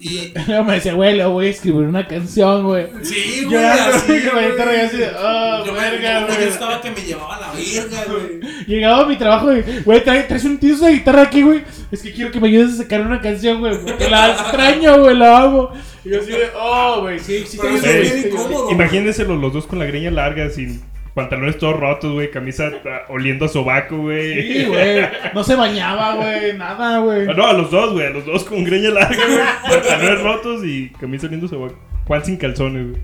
Y Luego me decía, güey, le voy a escribir una canción, güey. sí, güey. Llorando, así, y con el güey. terreno así de, "Ah, Yo me- verga, yo- güey". Yo estaba que me llevaba a la verga, güey. Llegaba a mi trabajo y, güey, trae- traes un tío de guitarra aquí, güey. Es que quiero que me ayudes a sacar una canción, güey. porque La extraño, güey, la amo. Y Y yo así de, oh, güey, sí, sí te Pero ayudo, eso es güey, bien sí te ayudo. incómodo, güey. Imagínenselo los dos con la greña larga, sin pantalones todos rotos, güey, camisa ah, oliendo a sobaco, güey. Sí, güey. No se bañaba, güey, nada, güey. Ah, No, a los dos, güey, a los dos con greña larga, güey, pantalones rotos y camisa oliendo a sobaco. Juan sin calzones, güey.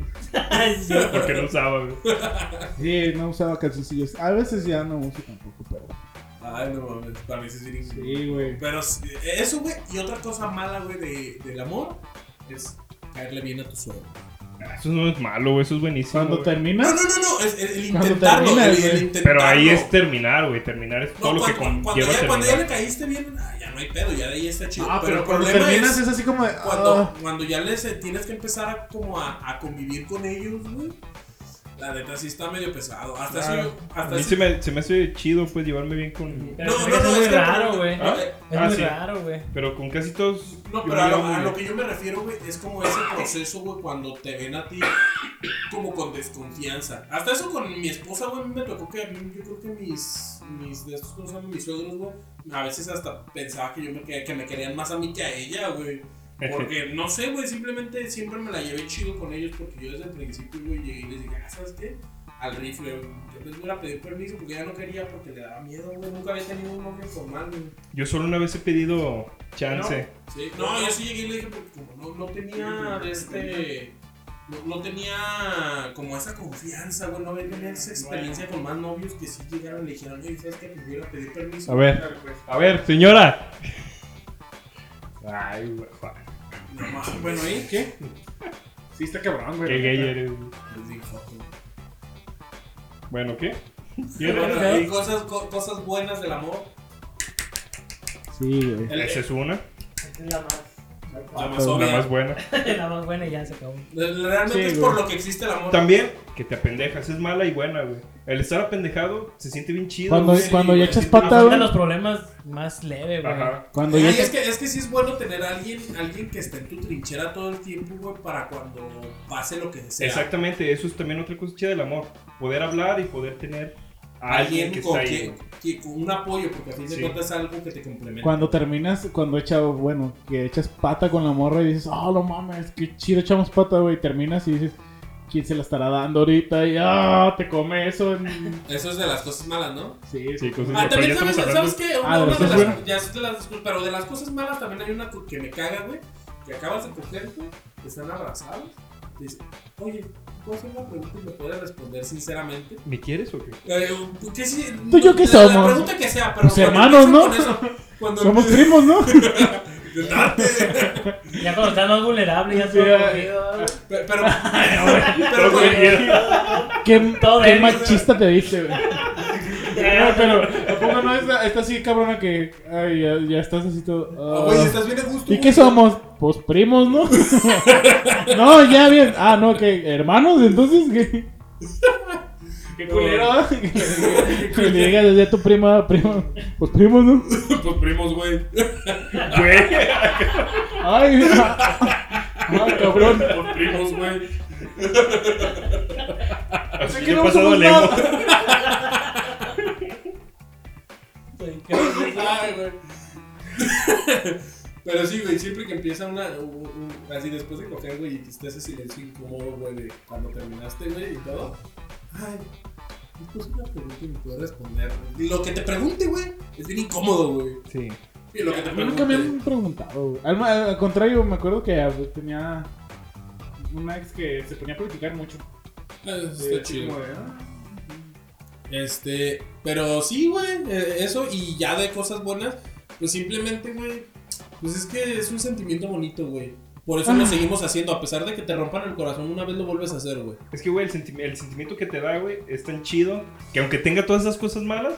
Porque no usaba, güey. Sí, no usaba calzoncillos. A veces ya no uso tampoco, pero. Ay, no mames, para mí sí es bien incómodo. Sí, güey. Pero sí, eso, güey, y otra cosa mala, güey, de, del amor es caerle bien a tu suegro. Ah, Eso no es malo, güey, eso es buenísimo. Cuando güey. No, terminas. no, no, no, es- el, el Cuando intentarlo, terminas, el, el güey. intentarlo. Pero ahí es terminar, güey, terminar es No, todo lo que cuando, cuando conlleva ya, cuando ya le terminar. caíste bien, ah, ya no hay pedo, ya de ahí está chido. Ah, pero, el cuando problema terminas es, es... así como de. cuando, ah, cuando ya les eh, tienes que empezar a, como a, a convivir con ellos, güey. La neta sí está medio pesado. Ah, Hasta eso, yo- A hasta ¿Ah? mí eso- se me, se me hace chido, pues, llevarme bien con... Pero No, es no, no, muy es que- raro, güey. ¿Ah? Es Ah, muy sí. raro, güey. Pero con casi todos... yo No, pero me a llevo lo, a muy lo bien. que yo me refiero, güey, es como ese proceso, güey, cuando te ven a ti como con desconfianza. Hasta eso con mi esposa, güey, a mí me tocó que a mí, yo creo que mis, mis, de estos, ¿cómo se llaman? Mis suegros, güey, a veces hasta pensaba que yo me, que, que me querían más a mí que a ella, güey. Porque, no sé, güey, simplemente siempre me la llevé chido con ellos porque yo desde el principio, güey, llegué y les dije, ah, ¿sabes qué? Al rifle, güey. Yo les voy a pedir permiso porque ya no quería porque le daba miedo, güey. Nunca había tenido un novio formal, güey. Yo solo una vez he pedido chance. Sí, no, pues, yo sí llegué y le dije, porque como no, no tenía de este. No, no tenía como esa confianza, güey. No había tenido esa experiencia con más novios que sí llegaron y le dijeron, oye, ¿sabes qué? Pues voy a ir a pedir permiso. A ver, a ver, señora. Ay, güey, Juan, No mames, bueno, ahí, ¿qué? Sí, está cabrón, güey. qué gay eres. güey. Les pues, dije, "Joto". Bueno, ¿qué? Pero ¿Quieres? bueno, y cosas, co- cosas buenas del amor. Sí, güey. El- Esa es una, Esta es la más, la más la obvia. más buena. la más buena y ya se acabó. Eh, Realmente Sí, güey. es por lo que existe el amor. También, que te apendejas, es mala y buena, güey. El estar apendejado se siente bien chido. Cuando, güey. cuando ya echas pata, Afronta güey. los problemas más leve, güey. Ajá. Cuando Ay, ya es, echas. que, es que sí es bueno tener a alguien, alguien que esté en tu trinchera todo el tiempo, güey, para cuando pase lo que sea. Exactamente, eso es también otra cosa chida del amor. Poder hablar y poder tener a alguien, que con está ahí. quien- que- con un apoyo, porque a fin de Sí. cuentas es algo que te complementa. Cuando terminas, cuando echas, bueno, que echas pata con la morra y dices, oh, no mames, qué chido echamos pata, güey. Terminas y dices, ¿quién se la estará dando ahorita? Y ah, te come eso. en- Eso es de las cosas malas, ¿no? Sí, Sí, sí. cosas Ah, Pues, pero también ya estamos sabes, hablando- ¿sabes qué? Una, Ah, de una las de cosas las, ya te las disculpo, pero de las cosas malas también hay una que me caga, güey. Que acabas de coger, güey, que están abrazados. Te dicen, oye, ¿puedo hacer una pregunta y me puedes responder sinceramente? ¿Me quieres o qué? Eh, ¿qué sí? ¿Tú y yo qué la, La somos? pregunta que sea, pero. Pues cuando hermanos, ¿no? empiezan con eso, cuando Somos primos, ¿no? Ya cuando estás más vulnerable, ya se Sí, ha ya. cogido. Pero. pero, pero cuando- ¿Qué, Todo qué bien. machista te diste, güey? No, pero, ¿a poco no? Esta, esta sí, cabrona, que ay, ya, ya estás así todo. Ah, ah. güey, estás bien a gusto. ¿Y güey. qué somos? Pues primos, ¿no? no, ya bien. Ah, no, que hermanos, entonces, ¿qué? Qué ¿ah? Que le digas así a tu prima, primo. Pues primos, ¿no? Pues primos, güey. Güey. Ay, ah, ah, cabrón. Pues primos, güey. Así que que no pasado somos lejos. Ay, güey. Pero sí, güey, siempre que empieza una. u- u- así después de coger, güey, y que esté ese silencio incómodo, güey, de cuando terminaste, güey, y todo. Ay, después una pregunta y me puedo responder. Lo que te pregunte, güey, es bien incómodo, güey. Sí. Y lo que te A mí Nunca me pregunte. han preguntado, güey. Al, al contrario, me acuerdo que ah, tenía una ex que se ponía a platicar mucho. Ah, Sí, Está así chido. como de, ah, Este, pero sí, güey, eh, eso y ya de cosas buenas, pues simplemente, güey, pues es que es un sentimiento bonito, güey. Por eso lo seguimos haciendo, a pesar de que te rompan el corazón, una vez lo vuelves a hacer, güey. Es que, güey, el, sentimi- el sentimiento que te da, güey, es tan chido que aunque tenga todas esas cosas malas,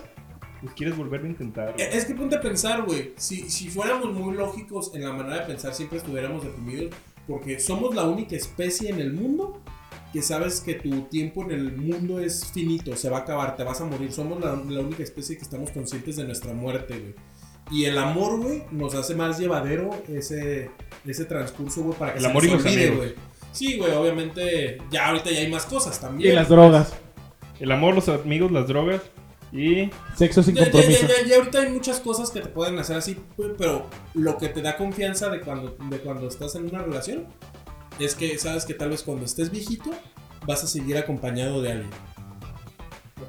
pues quieres volverlo a intentar. güey. Eh, Es que ponte a pensar, güey, si, si fuéramos muy lógicos en la manera de pensar, siempre estuviéramos deprimidos, porque somos la única especie en el mundo que sabes que tu tiempo en el mundo es finito, se va a acabar, te vas a morir. Somos la, la única especie que estamos conscientes de nuestra muerte, güey. Y el amor, güey, nos hace más llevadero ese, ese transcurso, güey, para que El se amor y nos los olvide, amigos. güey. Sí, güey, obviamente ya ahorita ya hay más cosas también. Y las drogas. El amor, los amigos, las drogas y... Sexo sin Ya, ya, ya, compromiso. ya, ya ahorita hay muchas cosas que te pueden hacer así, güey, pero lo que te da confianza de cuando, de cuando estás en una relación es que sabes que tal vez cuando estés viejito vas a seguir acompañado de alguien.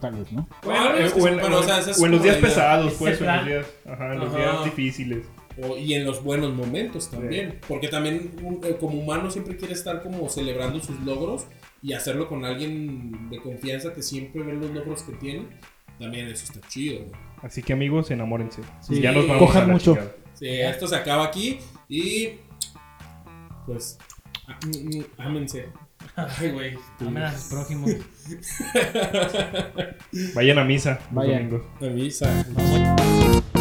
Tal vez, ¿no? Bueno, Bueno, eh, es que o sí, en, pero, o o sea, en- esa es o en los como días la idea. pesados, pues, Ese o en los plan. días, ajá, en los Ajá. días difíciles. O- y en los buenos momentos también. Porque también un- eh, como humano siempre quiere estar como celebrando sus logros y hacerlo con alguien de confianza que siempre ve los logros que tiene. También eso está chido. güey. Así que amigos, enamórense. Sí. ya nos vamos Cojan a la mucho. chingada. Sí, esto se acaba aquí y pues ah, mm, mm, ámense. Ay, güey. Amenazas prójimos. Vayan a misa. los Vayan. domingos. Avisa.